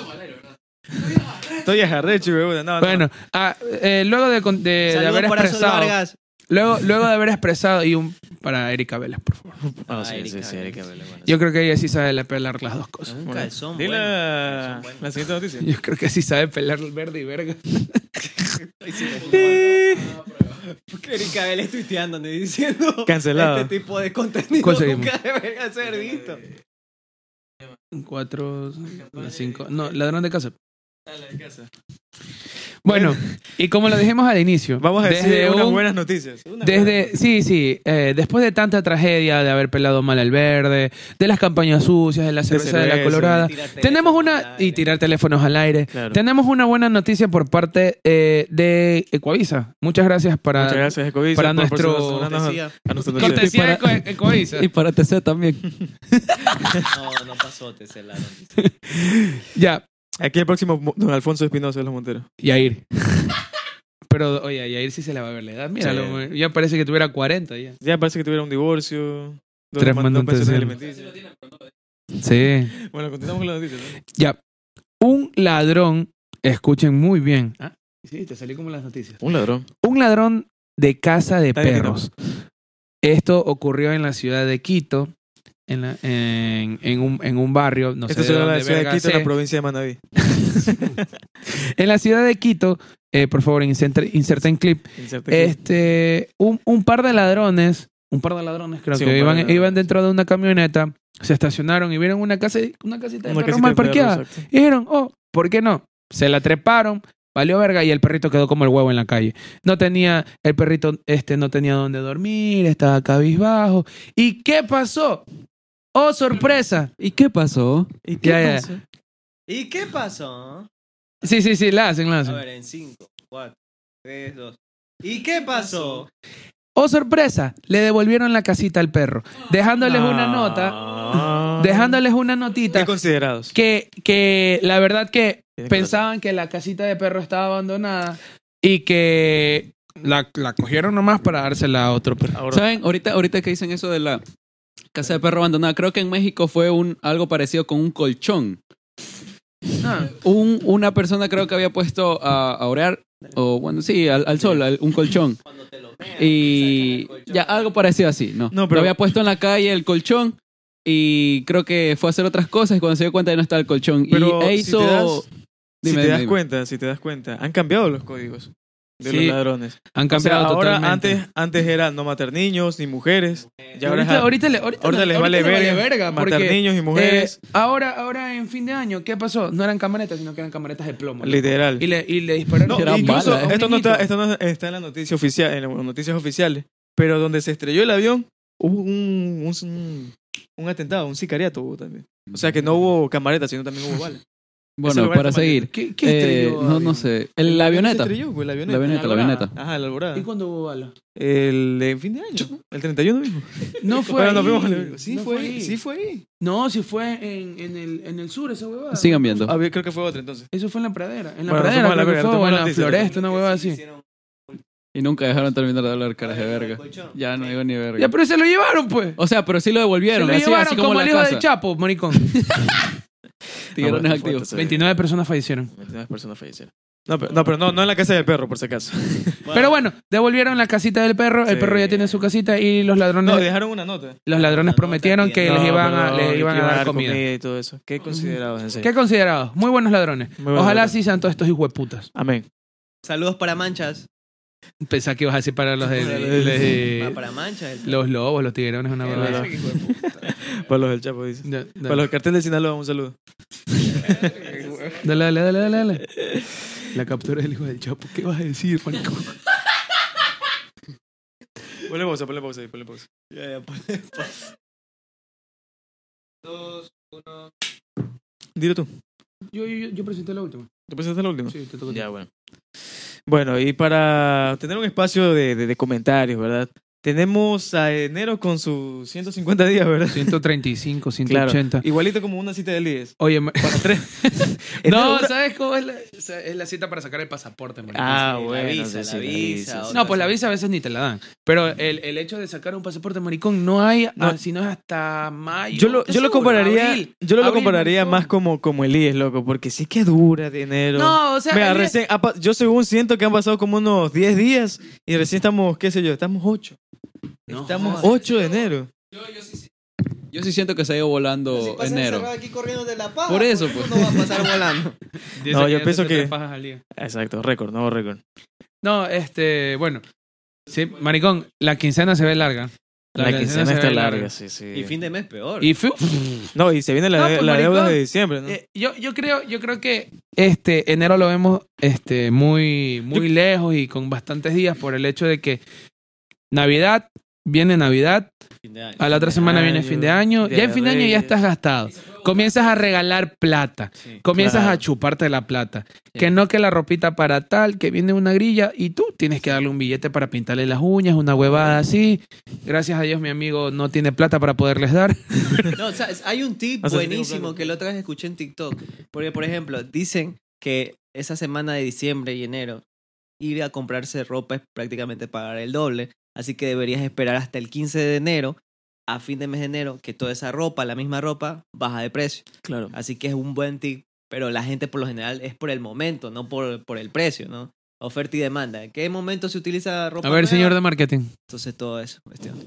Speaker 2: Estoy ajarrecho, weón. No, no.
Speaker 1: Bueno, ah, eh, luego de, con- de- de
Speaker 4: Saludos
Speaker 1: haber
Speaker 4: para Sol
Speaker 1: expresado,
Speaker 4: Vargas.
Speaker 1: luego, luego de haber expresado y un para Erika Vélez, por favor.
Speaker 2: Ah,
Speaker 4: Ah,
Speaker 2: sí, sí,
Speaker 4: Erika
Speaker 2: sí, Erika
Speaker 4: Vélez.
Speaker 2: Vélez, bueno.
Speaker 1: Yo creo que ella sí sabe pelar las dos cosas.
Speaker 4: Un
Speaker 2: Bueno,
Speaker 4: calzón,
Speaker 2: Dile
Speaker 4: bueno.
Speaker 2: la-
Speaker 4: Calzón bueno.
Speaker 2: la siguiente noticia.
Speaker 1: Yo creo que sí sabe pelar verde y verga.
Speaker 4: Porque Erika Vélez tuiteando ando diciendo
Speaker 2: Cancelado.
Speaker 4: este tipo de contenido
Speaker 1: ¿Cuál seguimos?
Speaker 4: nunca debería ser visto.
Speaker 1: Cuatro, cinco. No, ladrón de casa. Bueno, y como lo dijimos al inicio,
Speaker 2: Vamos a decir
Speaker 1: desde
Speaker 2: unas
Speaker 1: un-
Speaker 2: buenas noticias.
Speaker 1: Desde, sí, sí, eh, después de tanta tragedia de haber pelado mal al verde, de las campañas sucias, de la cerveza de, la
Speaker 2: cerveza.
Speaker 1: colorada, tenemos una, y tirar teléfonos al aire,
Speaker 2: Claro.
Speaker 1: tenemos una buena noticia por parte eh, de Ecuavisa. Muchas gracias para...
Speaker 2: Muchas gracias, Ecovisa.
Speaker 1: para
Speaker 2: por
Speaker 1: nuestro-
Speaker 2: proporcionarnos a-
Speaker 4: Cortesía.
Speaker 2: a nuestro noticiero.
Speaker 1: Cortesía de
Speaker 3: Y para-
Speaker 1: Eco- Ecoavisa.
Speaker 3: Y para TC también.
Speaker 4: No, no pasó, te celaron.
Speaker 1: Ya,
Speaker 2: Aquí el próximo, don Alfonso Espinosa de los Monteros.
Speaker 1: Yair. Pero, oye, a Yair sí se le va a ver la edad. Míralo, ya parece que tuviera 40 ya.
Speaker 2: Ya parece que tuviera un divorcio. dos
Speaker 1: Tres
Speaker 2: man-
Speaker 1: mandos
Speaker 2: dos pensiones
Speaker 1: en
Speaker 2: alimenticias.
Speaker 1: Sí.
Speaker 2: Bueno, continuamos con las noticias. ¿no?
Speaker 1: Ya. Un ladrón, escuchen muy bien.
Speaker 2: Ah.
Speaker 1: Sí, te salió como las noticias.
Speaker 2: Un ladrón.
Speaker 1: Un ladrón de casa de
Speaker 2: Está bien,
Speaker 1: perros. Esto ocurrió en la ciudad de Quito, en, la- en, en un, en un barrio, no
Speaker 2: Esta
Speaker 1: sé de
Speaker 2: ciudad la
Speaker 1: dónde
Speaker 2: ciudad de
Speaker 1: verga
Speaker 2: Quito, en
Speaker 1: sé.
Speaker 2: la provincia de Manaví.
Speaker 1: En la ciudad de Quito, eh, por favor, inserte- inserten clip.
Speaker 2: Inserte aquí.
Speaker 1: Este, un, un par de ladrones, un par de ladrones creo
Speaker 2: Sí, un
Speaker 1: que
Speaker 2: par de
Speaker 1: iban,
Speaker 2: ladrones.
Speaker 1: iban dentro de una camioneta, se estacionaron y vieron una, casa, una casita de
Speaker 2: Una
Speaker 1: perros
Speaker 2: casita de
Speaker 1: mal
Speaker 2: perros,
Speaker 1: parqueada.
Speaker 2: exacto.
Speaker 1: Y dijeron, oh, ¿por qué no? Se la treparon, valió verga y el perrito quedó como el huevo en la calle. No tenía, el perrito este no tenía dónde dormir, estaba cabizbajo. ¿Y qué pasó? Oh, sorpresa.
Speaker 3: ¿Y qué pasó?
Speaker 2: ¿Y qué
Speaker 1: Ya, ya.
Speaker 2: pasó?
Speaker 4: ¿Y qué pasó?
Speaker 1: Sí, sí, sí, la hacen, la
Speaker 4: A
Speaker 1: hacen.
Speaker 4: ver, en 5, 4, 3, 2. ¿Y qué pasó?
Speaker 1: Oh, sorpresa, le devolvieron la casita al perro, dejándoles una nota,
Speaker 2: Ah.
Speaker 1: dejándoles una
Speaker 2: Qué
Speaker 1: notita
Speaker 2: considerados.
Speaker 1: que, que la verdad que
Speaker 2: Tienen que
Speaker 1: pensaban que la casita de perro estaba abandonada y que la, la cogieron nomás para dársela a otro perro.
Speaker 2: Ahora,
Speaker 3: ¿Saben? Ahorita, ahorita que dicen eso de la casa de perro abandonada, creo que en México fue un, algo parecido con un colchón.
Speaker 2: Ah.
Speaker 3: Un, una persona creo que había puesto a, a orar, o bueno, sí, al, al sol, al- un colchón. Y ya algo parecido así, ¿no?
Speaker 2: No, pero-
Speaker 3: Lo había puesto en la calle el colchón y creo que fue a hacer otras cosas y cuando se dio cuenta ya no estaba el colchón.
Speaker 2: Pero
Speaker 3: y e
Speaker 2: si
Speaker 3: hizo...
Speaker 2: te das- si
Speaker 3: Dime,
Speaker 2: te
Speaker 3: dime,
Speaker 2: das
Speaker 3: dime.
Speaker 2: cuenta, si te das cuenta, han cambiado los códigos de
Speaker 1: Sí.
Speaker 2: los ladrones.
Speaker 1: Han
Speaker 2: O sea,
Speaker 1: cambiado
Speaker 2: ahora
Speaker 1: totalmente.
Speaker 2: antes, antes era no matar niños ni mujeres. Y ahora
Speaker 1: ahorita,
Speaker 2: es a-
Speaker 1: ahorita le- ahorita
Speaker 2: ahorita
Speaker 1: no-
Speaker 2: les
Speaker 1: ahorita
Speaker 2: vale
Speaker 1: le
Speaker 2: verga matar
Speaker 1: porque,
Speaker 2: niños y
Speaker 1: eh,
Speaker 2: mujeres.
Speaker 1: ahora, ahora en fin de año, ¿qué pasó? No eran camionetas, sino que eran camionetas de plomo. ¿no?
Speaker 2: literal.
Speaker 1: Y le, y le dispararon.
Speaker 2: No,
Speaker 3: Eran
Speaker 2: incluso
Speaker 3: balas, ¿eh?
Speaker 2: esto no está, esto no está en la noticia oficial, en las noticias oficiales. Pero donde se estrelló el avión, hubo un, un, un atentado, un sicariato hubo también. O sea que no hubo camaretas, sino también hubo balas. Ese
Speaker 3: Bueno,
Speaker 2: lugar
Speaker 3: para
Speaker 2: está maldito.
Speaker 3: seguir.
Speaker 1: ¿Qué, qué
Speaker 3: Eh,
Speaker 1: estrelló,
Speaker 3: no,
Speaker 1: avión?
Speaker 3: no sé. El- la
Speaker 2: avión se
Speaker 3: avioneta.
Speaker 2: estrelló, pues, la
Speaker 3: La
Speaker 2: avioneta.
Speaker 3: avioneta, la
Speaker 1: Alborada.
Speaker 3: avioneta.
Speaker 2: Ajá, la alborada.
Speaker 1: ¿Y cuándo hubo bala?
Speaker 2: El de fin de año, el 31 mismo.
Speaker 1: No fue
Speaker 2: Bueno,
Speaker 1: ahí.
Speaker 2: nos vimos- Sí,
Speaker 1: No
Speaker 2: fue, ahí,
Speaker 1: ahí.
Speaker 2: sí fue ahí.
Speaker 1: No, sí fue en, en el, en el sur esa huevada.
Speaker 3: Sigan viendo.
Speaker 2: Ah, bien, creo que fue otra entonces.
Speaker 1: Eso fue en la pradera. En la
Speaker 2: Bueno,
Speaker 1: pradera,
Speaker 2: nos fuimos a la
Speaker 1: creo que
Speaker 2: verga,
Speaker 1: fue,
Speaker 2: nos
Speaker 1: o en
Speaker 2: fuimos a
Speaker 1: la
Speaker 2: la noticia,
Speaker 1: floresta, una huevada así.
Speaker 3: Y nunca dejaron terminar de hablar, caras de verga. Ya no digo ni verga.
Speaker 1: Ya, pero se lo llevaron, pues.
Speaker 3: O sea, pero sí
Speaker 1: Se
Speaker 3: lo devolvieron.
Speaker 1: lo
Speaker 3: así,
Speaker 1: llevaron
Speaker 3: así
Speaker 1: como,
Speaker 3: como,
Speaker 1: el
Speaker 3: la
Speaker 1: hijo
Speaker 3: casa.
Speaker 1: del Chapo, maricón.
Speaker 3: Tiburones
Speaker 2: No,
Speaker 3: activos.
Speaker 2: fuerte,
Speaker 1: 29 personas fallecieron.
Speaker 2: 29 eh, personas fallecieron. No, pero no, pero no, no en la casa del perro, por si acaso.
Speaker 1: Pero bueno, devolvieron la casita del perro, el
Speaker 2: Sí.
Speaker 1: perro ya tiene su casita y los ladrones,
Speaker 2: No, dejaron una nota.
Speaker 1: los ladrones
Speaker 4: No, no,
Speaker 1: prometieron
Speaker 4: está
Speaker 1: que
Speaker 4: bien.
Speaker 1: les
Speaker 2: No,
Speaker 1: iban a,
Speaker 2: pero
Speaker 1: les
Speaker 2: que
Speaker 1: iban a
Speaker 2: iba
Speaker 1: dar comida.
Speaker 2: y todo eso. ¿Qué considerados en serio?
Speaker 1: ¿Qué considerados? Muy buenos ladrones.
Speaker 2: Muy buenos
Speaker 1: Ojalá
Speaker 2: ladrones.
Speaker 1: sí sean todos estos hijueputas.
Speaker 2: Amén.
Speaker 4: Saludos para Manchas.
Speaker 1: Pensaba que ibas a decir para los de, de-
Speaker 4: Va
Speaker 1: de-
Speaker 4: para Manchas. el-
Speaker 1: los lobos, los tiguerones, una
Speaker 4: el-
Speaker 1: verdad.
Speaker 4: el- hijo de puta.
Speaker 2: Para los del Chapo, dice.
Speaker 1: Da-
Speaker 2: Para
Speaker 1: da-
Speaker 2: los carteles de Sinaloa, un saludo.
Speaker 1: Dale, dale, dale, dale, dale. La captura del hijo del Chapo. ¿Qué vas a decir, maricón?
Speaker 2: Ponle pausa, ponle pausa ahí, ponle pausa.
Speaker 4: Ya, ya, pues, pues.
Speaker 2: Dilo tú.
Speaker 1: Yo, yo, yo presenté la última.
Speaker 2: ¿Tú pensaste la última?
Speaker 1: Sí, te toca.
Speaker 2: Ya, bueno. Bueno, y para tener un espacio de, de- de comentarios, ¿verdad? Tenemos a enero con sus 150 días, ¿verdad?
Speaker 1: 135,
Speaker 2: Claro.
Speaker 1: 180.
Speaker 2: Igualito como una cita de líderes.
Speaker 1: Oye, ma-
Speaker 2: Para tres.
Speaker 1: No, ¿sabes cómo es la, esa- es la cita para sacar el pasaporte? marico.
Speaker 2: Ah,
Speaker 4: Sí, la
Speaker 2: bueno.
Speaker 4: visa,
Speaker 2: sí,
Speaker 4: la
Speaker 2: sí,
Speaker 4: visa,
Speaker 2: sí, sí.
Speaker 1: No, pues la visa a veces ni te la dan. Pero el, el hecho de sacar un pasaporte maricón no hay,
Speaker 2: No.
Speaker 1: ah, si no es hasta mayo.
Speaker 2: Yo lo,
Speaker 1: ¿Qué
Speaker 2: yo lo
Speaker 1: seguro?
Speaker 2: compararía,
Speaker 1: Abril.
Speaker 2: yo lo
Speaker 1: Abril,
Speaker 2: compararía
Speaker 1: maricón.
Speaker 2: más como, como el IES, loco, porque sí que dura de enero.
Speaker 1: No, o sea,
Speaker 2: Mira,
Speaker 1: el IES-
Speaker 2: recién ha pa- yo según siento que han pasado como unos 10 días y recién estamos, qué sé yo, estamos 8.
Speaker 1: No,
Speaker 2: Estamos
Speaker 1: jodas.
Speaker 2: 8 de enero.
Speaker 3: Yo sí siento que se ha ido volando enero.
Speaker 4: aquí corriendo de la paja.
Speaker 3: Por eso, pues.
Speaker 4: No va a pasar volando.
Speaker 1: Dice
Speaker 2: No, yo
Speaker 1: ya
Speaker 2: pienso
Speaker 1: te- te
Speaker 2: que-
Speaker 1: tres pajas al día.
Speaker 2: Exacto, récord, nuevo récord.
Speaker 1: No, este, bueno. Sí, maricón, la quincena se ve larga.
Speaker 2: La, quincena
Speaker 1: se
Speaker 2: está
Speaker 1: ve
Speaker 2: larga, sí, sí.
Speaker 4: Y fin de mes peor.
Speaker 1: Y fu-
Speaker 2: No, y se viene la,
Speaker 1: No,
Speaker 2: de-
Speaker 1: pues,
Speaker 2: la
Speaker 1: maricón.
Speaker 2: deuda de diciembre, ¿no?
Speaker 1: Eh, yo, yo creo, yo creo que este enero lo vemos este, muy, muy lejos y con bastantes días por el hecho de que Navidad, viene Navidad,
Speaker 4: Fin de año.
Speaker 1: a la otra
Speaker 2: de
Speaker 1: semana viene
Speaker 2: año,
Speaker 1: fin de año,
Speaker 2: Día
Speaker 1: ya en
Speaker 2: de
Speaker 1: fin de año ya
Speaker 2: Reyes.
Speaker 1: estás gastado. Comienzas a regalar plata,
Speaker 4: Sí.
Speaker 1: comienzas
Speaker 2: Claro.
Speaker 1: a chuparte la plata.
Speaker 2: Sí.
Speaker 1: Que no que la ropita para tal, que viene una grilla y tú tienes que darle un billete para pintarle las uñas, una huevada así. Gracias a Dios mi amigo no tiene plata para poderles dar.
Speaker 4: No, o sea, es- hay un tip
Speaker 2: O sea,
Speaker 4: buenísimo
Speaker 2: tengo
Speaker 4: que la otra vez escuché en TikTok. Porque, por ejemplo, dicen que esa semana de diciembre y enero ir a comprarse ropa es prácticamente pagar el doble. Así que deberías esperar hasta el 15 de enero, a fin de mes de enero, que toda esa ropa, la misma ropa, baja de precio.
Speaker 2: Claro.
Speaker 4: Así que es un buen tip. Pero la gente por lo general es por el momento, no por, por el precio, ¿no? Oferta y demanda. ¿En qué momento se utiliza ropa?
Speaker 1: A ver,
Speaker 4: nueva?
Speaker 1: señor de marketing.
Speaker 4: Entonces todo eso, cuestión.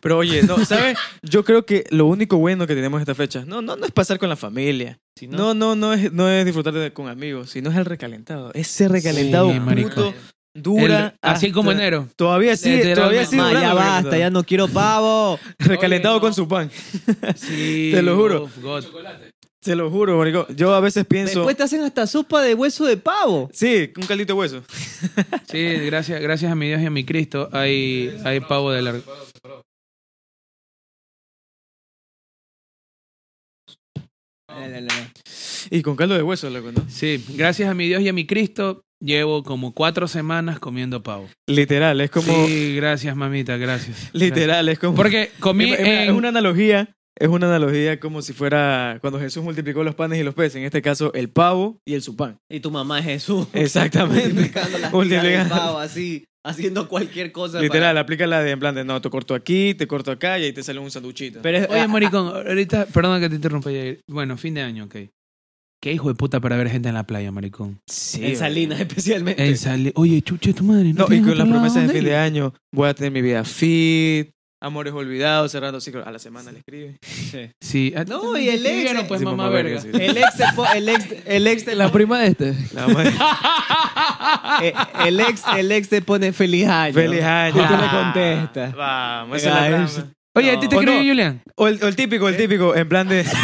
Speaker 2: Pero oye, no, ¿sabes? Yo creo que lo único bueno que tenemos esta fecha, no, no, no es pasar con la familia.
Speaker 4: Si no,
Speaker 2: No, no, no es, no es disfrutar de- con amigos, sino es el recalentado. Ese recalentado
Speaker 1: Sí, maricón.
Speaker 2: puto dura.
Speaker 1: El- así como
Speaker 2: hasta-
Speaker 1: enero.
Speaker 2: Todavía sí,
Speaker 1: Literalmente.
Speaker 2: todavía sí.
Speaker 4: Ma,
Speaker 2: durando
Speaker 4: ya
Speaker 2: el
Speaker 4: basta, ya
Speaker 2: recalentado.
Speaker 4: no quiero pavo.
Speaker 2: Recalentado
Speaker 1: Oye, no.
Speaker 2: con su pan.
Speaker 1: Sí,
Speaker 2: Te lo juro.
Speaker 1: oh, God.
Speaker 2: Se lo juro, maricón. Yo a veces pienso.
Speaker 4: Después te hacen hasta sopa de hueso de pavo.
Speaker 2: Sí, un caldito de hueso.
Speaker 1: Sí, gracias, gracias a mi Dios y a mi Cristo hay, hay pavo de largo.
Speaker 2: Y con caldo de hueso, loco, ¿no?
Speaker 1: Sí, gracias a mi Dios y a mi Cristo llevo como cuatro semanas comiendo pavo.
Speaker 2: Literal, es como.
Speaker 1: Sí, gracias mamita, gracias.
Speaker 2: Literal, es como.
Speaker 1: Gracias. Porque comí
Speaker 2: Es- es- es
Speaker 1: en...
Speaker 2: una analogía. Es una analogía como si fuera cuando Jesús multiplicó los panes y los peces, en este caso el pavo y el supán.
Speaker 4: Y tu mamá es Jesús.
Speaker 2: Eh, Exactamente.
Speaker 4: Multiplicando las
Speaker 2: Multiplicando.
Speaker 4: tiras de pavo así, haciendo cualquier cosa. para-
Speaker 2: Literal, aplica la de en plan de no, te corto aquí, te corto acá y ahí te sale un sanduchito.
Speaker 4: Pero es-
Speaker 1: Oye, maricón, ahorita, perdona que te interrumpa, Yair. Bueno, fin de año, ok. Qué hijo de puta para ver gente en la playa, maricón.
Speaker 2: sí,
Speaker 4: en Salinas especialmente.
Speaker 1: En sale- Oye, chuche tu madre. No,
Speaker 2: No, y
Speaker 1: tienes
Speaker 2: con
Speaker 1: otro
Speaker 2: las
Speaker 1: lado
Speaker 2: promesas de
Speaker 1: donde
Speaker 2: fin de
Speaker 1: ir?
Speaker 2: año voy a tener mi vida fit, amores olvidados, cerrando ciclos. A la semana le escribe.
Speaker 1: Sí. Ah,
Speaker 4: No, y el ex.
Speaker 1: Escribieron, pues,
Speaker 2: Sí,
Speaker 1: mamá
Speaker 2: mamá
Speaker 1: verga.
Speaker 2: verga, sí.
Speaker 4: El ex, de po- el ex, el ex de
Speaker 3: La prima de este.
Speaker 2: La madre-
Speaker 4: eh, el ex, el ex te pone feliz año.
Speaker 2: Feliz año. Ah.
Speaker 4: Y tú le contestas.
Speaker 2: Vamos, esa es la ¿Eh?
Speaker 4: Guys.
Speaker 2: trama.
Speaker 1: Oye, ¿a ti te
Speaker 2: No.
Speaker 1: escribió
Speaker 2: O no.
Speaker 1: Julián?
Speaker 2: O el, o el típico, el típico, en plan de.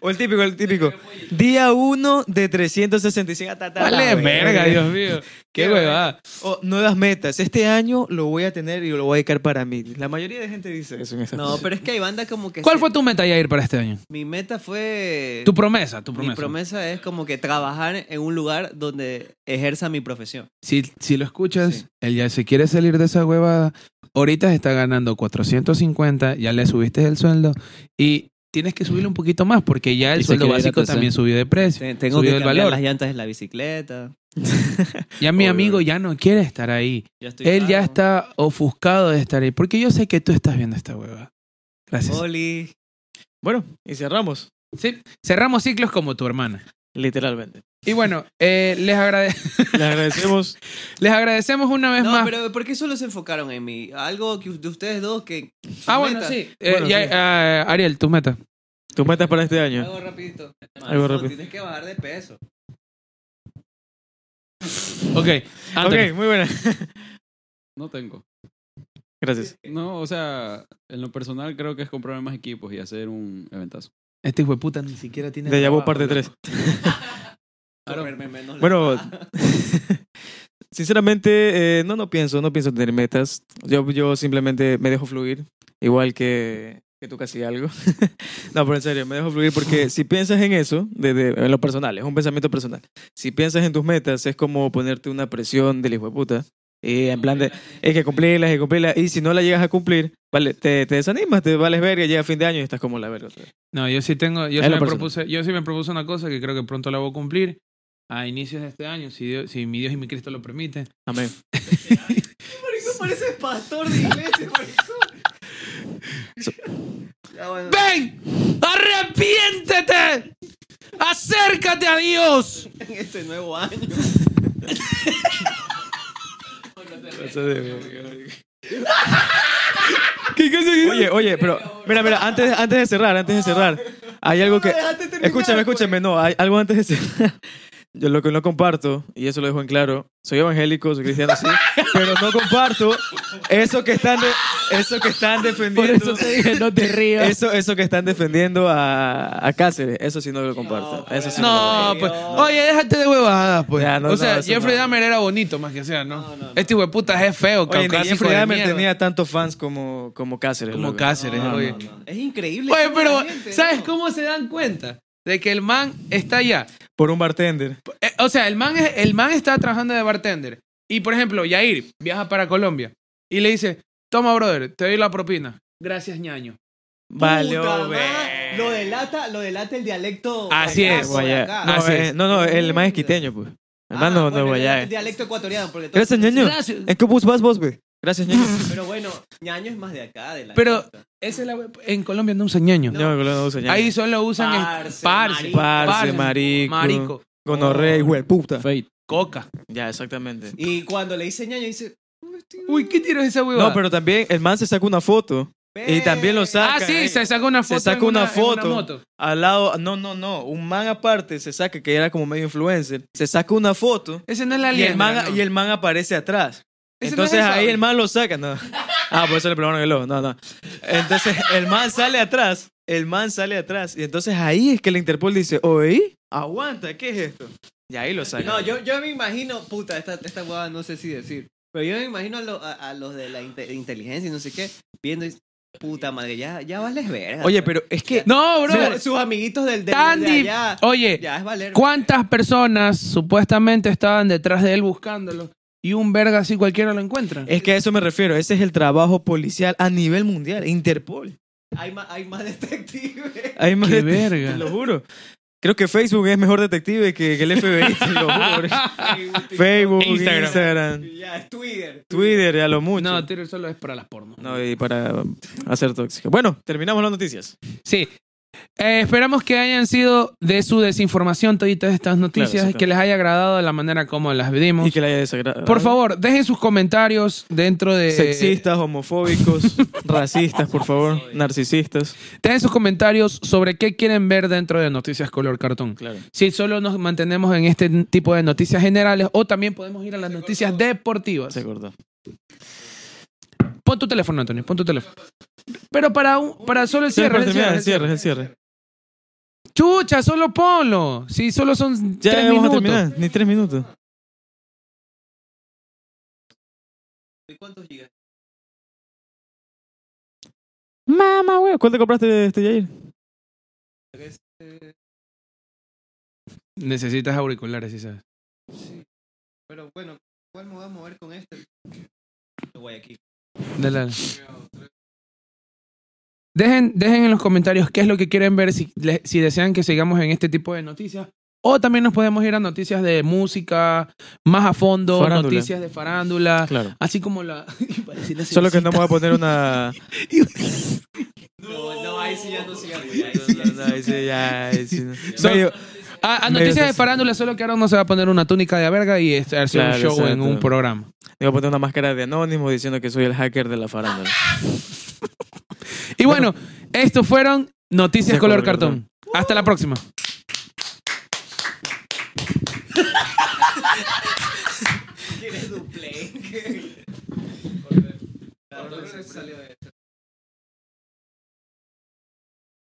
Speaker 2: o el típico, el típico. Día 1 de 365. Ta, ta, ta,
Speaker 1: Vale,
Speaker 2: güey.
Speaker 1: verga, Dios mío. Qué
Speaker 2: Qué
Speaker 1: huevada.
Speaker 2: O nuevas metas. Este año lo voy a tener y lo voy a dedicar para mí. La mayoría de gente dice eso en esa
Speaker 4: No, pero es que hay banda como que.
Speaker 1: ¿Cuál
Speaker 4: se-
Speaker 1: fue tu meta, Yair, para este año?
Speaker 4: Mi meta fue.
Speaker 1: Tu promesa, tu
Speaker 4: mi
Speaker 1: promesa.
Speaker 4: promesa es como que trabajar en un lugar donde ejerza mi profesión.
Speaker 1: Si, si lo escuchas,
Speaker 4: Sí.
Speaker 1: él ya se quiere salir de esa huevada. Ahorita se está ganando 450, ya le subiste el sueldo y tienes que subirle un poquito más porque ya el
Speaker 3: Y se
Speaker 1: sueldo
Speaker 3: quiere ir a
Speaker 1: básico
Speaker 3: TC.
Speaker 1: también subió de precio.
Speaker 4: Te- Tengo
Speaker 1: Subió
Speaker 4: que
Speaker 1: el
Speaker 4: cambiar
Speaker 1: valor.
Speaker 4: las llantas de la bicicleta.
Speaker 1: Ya mi
Speaker 2: Obvio.
Speaker 1: amigo ya no quiere estar ahí.
Speaker 4: Ya estoy
Speaker 1: Él ya
Speaker 4: calvo.
Speaker 1: está ofuscado de estar ahí porque yo sé que tú estás viendo esta huevada. Gracias.
Speaker 4: Oli.
Speaker 2: Bueno, y cerramos.
Speaker 1: Sí, cerramos ciclos como tu hermana.
Speaker 2: Literalmente.
Speaker 1: Y bueno, eh, les, agrade-
Speaker 2: Le agradecemos.
Speaker 1: les agradecemos una vez
Speaker 4: no,
Speaker 1: más.
Speaker 4: pero ¿por qué solo se enfocaron en mí? Algo que, de ustedes dos que...
Speaker 1: Ah, bueno,
Speaker 4: meta.
Speaker 1: sí. Eh,
Speaker 2: Bueno,
Speaker 1: ya-
Speaker 2: sí.
Speaker 1: ah, Ariel, tu meta.
Speaker 2: Tus metas para este año.
Speaker 4: Algo rapidito.
Speaker 2: Algo
Speaker 4: Mano,
Speaker 2: rápido.
Speaker 4: Tienes que bajar de peso.
Speaker 1: Ok. Anthony.
Speaker 2: Ok, muy buena.
Speaker 3: No tengo.
Speaker 2: Gracias.
Speaker 3: No, o sea, en lo personal creo que es comprarme más equipos y hacer un eventazo.
Speaker 1: Este hijo de puta ni siquiera tiene.
Speaker 2: De Yabu
Speaker 1: trabajo,
Speaker 2: parte
Speaker 1: loco.
Speaker 2: 3.
Speaker 4: Comerme menos la
Speaker 2: Bueno,
Speaker 4: paja.
Speaker 2: sinceramente, eh, no, no pienso, no pienso tener metas. Yo, yo simplemente me dejo fluir, igual que, que tú casi algo. no, pero en serio, me dejo fluir porque si piensas en eso, de, de- en lo personal, es un pensamiento personal. Si piensas en tus metas, es como ponerte una presión del hijo de puta. Y en plan de, hay que cumplirlas, hay que cumplirlas. Y si no la llegas a cumplir, vale, te, te desanimas, te vales verga, llega fin de año y estás como la verga. otra vez.
Speaker 1: No, yo sí tengo, yo
Speaker 2: Es
Speaker 1: sí,
Speaker 2: lo
Speaker 1: me
Speaker 2: personal.
Speaker 1: propuse, yo sí me propuse una cosa que creo que pronto la voy a cumplir a inicios de este año, si, Dios- si mi Dios y mi Cristo lo permiten.
Speaker 2: Amén.
Speaker 4: Maricón parece pastor de iglesia, maricón. Ya, bueno.
Speaker 1: ¡Ven! ¡Arrepiéntete! ¡Acércate a Dios!
Speaker 4: en este nuevo año.
Speaker 2: Oye, oye, pero mira, mira, antes, antes de cerrar, antes de cerrar, hay algo que...
Speaker 4: Déjate terminar,
Speaker 2: Escúchame,
Speaker 3: pues.
Speaker 2: escúchame, no, hay algo antes de cerrar. Yo lo que no comparto, y eso lo dejo en claro, soy evangélico, soy cristiano, sí, pero no comparto eso que están, de- eso que están
Speaker 3: Por
Speaker 2: defendiendo.
Speaker 3: eso te dije, no te rías.
Speaker 2: Eso, eso que están defendiendo a, a Cáceres, eso sí no lo comparto. eso sí Ah,
Speaker 1: No,
Speaker 2: no
Speaker 4: Dios.
Speaker 1: pues. Oye, déjate de huevadas, pues.
Speaker 2: Ya, no,
Speaker 1: o sea,
Speaker 2: no, eso
Speaker 1: Jeffrey
Speaker 2: no.
Speaker 1: Dahmer era bonito, más que sea, ¿no?
Speaker 4: No, no, no.
Speaker 1: Este hueputa es feo,
Speaker 2: Oye, ni
Speaker 1: caucásico
Speaker 2: Jeffrey
Speaker 1: de
Speaker 2: Dahmer
Speaker 1: mierda.
Speaker 2: tenía tantos fans como, como Cáceres.
Speaker 1: Como
Speaker 2: loco.
Speaker 1: Cáceres,
Speaker 2: No, no,
Speaker 1: oye.
Speaker 2: no.
Speaker 4: Es increíble.
Speaker 1: Oye, pero,
Speaker 4: la gente,
Speaker 1: ¿sabes
Speaker 4: ¿no?
Speaker 1: cómo se dan cuenta? De que el man está allá.
Speaker 2: Por un bartender.
Speaker 1: Eh, o sea, el man, es- el man está trabajando de bartender. Y, por ejemplo, Yair viaja para Colombia y le dice, toma, brother, te doy la propina. Gracias, ñaño.
Speaker 2: Vale,
Speaker 4: Puta madre,
Speaker 2: ver.
Speaker 4: Lo delata, lo delata el dialecto.
Speaker 1: Así
Speaker 4: guayaco
Speaker 1: es,
Speaker 4: de
Speaker 2: Guaya-
Speaker 4: acá.
Speaker 2: No,
Speaker 1: Así
Speaker 2: eh,
Speaker 1: es.
Speaker 2: no, no, el más es quiteño, pues. El más
Speaker 4: Ah,
Speaker 2: no, no
Speaker 4: bueno,
Speaker 2: es
Speaker 4: el
Speaker 2: guayá.
Speaker 4: dialecto ecuatoriano. Porque todo-
Speaker 2: Gracias, ñaño. ¿En qué bus vas vos, güey? Gracias, ñaño.
Speaker 4: Pero bueno, ñaño es más de acá, de la
Speaker 1: Pero-
Speaker 4: costa.
Speaker 1: Esa es la... En Colombia no usan ñaño.
Speaker 2: No, no, no uso ñaño.
Speaker 1: Ahí solo usan es-
Speaker 4: Parce,
Speaker 1: parce,
Speaker 4: marico.
Speaker 2: Parce,
Speaker 1: parce,
Speaker 2: marico.
Speaker 1: marico,
Speaker 2: Gonorrea y puta.
Speaker 3: Fate.
Speaker 1: coca.
Speaker 2: Ya, exactamente.
Speaker 4: Y cuando le dice ñaño, dice.
Speaker 1: Uy, ¿qué tiro es esa huevada?
Speaker 2: No, pero también el man se saca una foto y también lo saca.
Speaker 1: Ah, sí,
Speaker 2: eh.
Speaker 1: se saca una
Speaker 2: Se
Speaker 1: foto.
Speaker 2: saca
Speaker 1: en
Speaker 2: una
Speaker 1: en
Speaker 2: foto.
Speaker 1: moto.
Speaker 2: Al lado, no, no, no. Un man aparte se saca, que era como medio influencer, se saca una foto
Speaker 1: Ese no es la
Speaker 2: y el
Speaker 1: liendra,
Speaker 2: man,
Speaker 1: no.
Speaker 2: y el man aparece atrás.
Speaker 1: Ese no es
Speaker 2: Entonces
Speaker 1: el
Speaker 2: ahí
Speaker 1: Fabio.
Speaker 2: el man lo saca, no. Ah, por eso le preguntaron el ojo, no, no. Entonces el man sale atrás, el man sale atrás. Y entonces ahí es que el Interpol dice, oye, aguanta, ¿qué es esto? Y ahí lo saca.
Speaker 4: No, yo, yo me imagino, puta, esta, esta huevada no sé si decir. Pero yo me imagino a, lo- a- a los de la inte- inteligencia y no sé qué, viendo y. Puta madre, ya, ya vales verga.
Speaker 2: Oye, pero es que...
Speaker 1: No, bro.
Speaker 4: Su- sus amiguitos del, del
Speaker 1: Tan
Speaker 4: de
Speaker 1: dif-
Speaker 4: allá.
Speaker 1: Oye,
Speaker 4: Ya es valer.
Speaker 1: ¿cuántas personas supuestamente estaban detrás de él buscándolo? Y un verga así cualquiera lo encuentra.
Speaker 2: Es que a eso me refiero. Ese es el trabajo policial a nivel mundial, Interpol.
Speaker 4: Hay más, hay más detectives.
Speaker 2: Hay más
Speaker 1: Qué
Speaker 2: det-
Speaker 1: verga.
Speaker 2: Te lo juro. Creo que Facebook es mejor detective que, que el FBI, te lo juro. Facebook, Instagram.
Speaker 1: Instagram.
Speaker 4: Ya, es Twitter.
Speaker 2: Twitter, ya lo mucho.
Speaker 1: No,
Speaker 2: No,
Speaker 1: Twitter solo es para las pornos.
Speaker 2: y para um, hacer tóxico. Bueno, terminamos las noticias.
Speaker 1: Sí. Eh, esperamos que hayan sido de su desinformación todas estas noticias,
Speaker 2: Claro, sí,
Speaker 1: que les haya agradado la manera como las vimos.
Speaker 2: Y que la haya desagradado.
Speaker 1: Por favor, eh, dejen sus comentarios dentro de...
Speaker 2: Sexistas, homofóbicos, racistas, por favor, narcisistas.
Speaker 1: Dejen sus comentarios sobre qué quieren ver dentro de Noticias Color Cartón.
Speaker 2: Claro.
Speaker 1: Si solo nos mantenemos en este tipo de noticias generales o también podemos ir a las noticias deportivas.
Speaker 2: Se cortó.
Speaker 1: Pon tu teléfono, Antonio, pon tu teléfono. Pero para un, para solo el cierre.
Speaker 2: Sí,
Speaker 1: el
Speaker 2: termina,
Speaker 1: cierre,
Speaker 2: el
Speaker 1: el cierre.
Speaker 2: cierre, el cierre.
Speaker 1: Chucha, solo ponlo. Si solo son
Speaker 2: Ya
Speaker 1: tres
Speaker 2: vamos a
Speaker 1: minutos.
Speaker 2: terminar, ni tres minutos.
Speaker 4: ¿Y ¿Cuántos gigas?
Speaker 2: Mamá, güey, ¿cuál te compraste este Jair?
Speaker 1: Necesitas auriculares, sí sabes.
Speaker 4: Pero bueno, ¿cuál me voy a mover con este? Lo voy aquí.
Speaker 1: Dale, dale. Dejen, dejen en los comentarios qué es lo que quieren ver, si, le- si desean que sigamos en este tipo de noticias. O también nos podemos ir a noticias de música, más a fondo,
Speaker 2: Farándula.
Speaker 1: noticias de farándula,
Speaker 2: Claro.
Speaker 1: así como la... iba a decir la
Speaker 2: Solo
Speaker 1: cebacita.
Speaker 2: que no me voy a poner una.
Speaker 4: No, no, ahí sí ya no sigas.
Speaker 1: Son-
Speaker 2: Medio-
Speaker 1: A, a
Speaker 2: Medio
Speaker 1: noticias de
Speaker 2: así.
Speaker 1: farándula, solo que ahora uno se va a poner una túnica de la verga y es- hacer
Speaker 2: Claro,
Speaker 1: un show en
Speaker 2: exacto.
Speaker 1: un programa.
Speaker 2: Me voy a poner una máscara de anónimo diciendo que soy el hacker de la farándula.
Speaker 1: Y bueno, estos fueron Noticias
Speaker 2: De
Speaker 1: Color
Speaker 2: color
Speaker 1: Cartón. Hasta la próxima.
Speaker 4: ¿Quieres duple? Ahora salió de esto.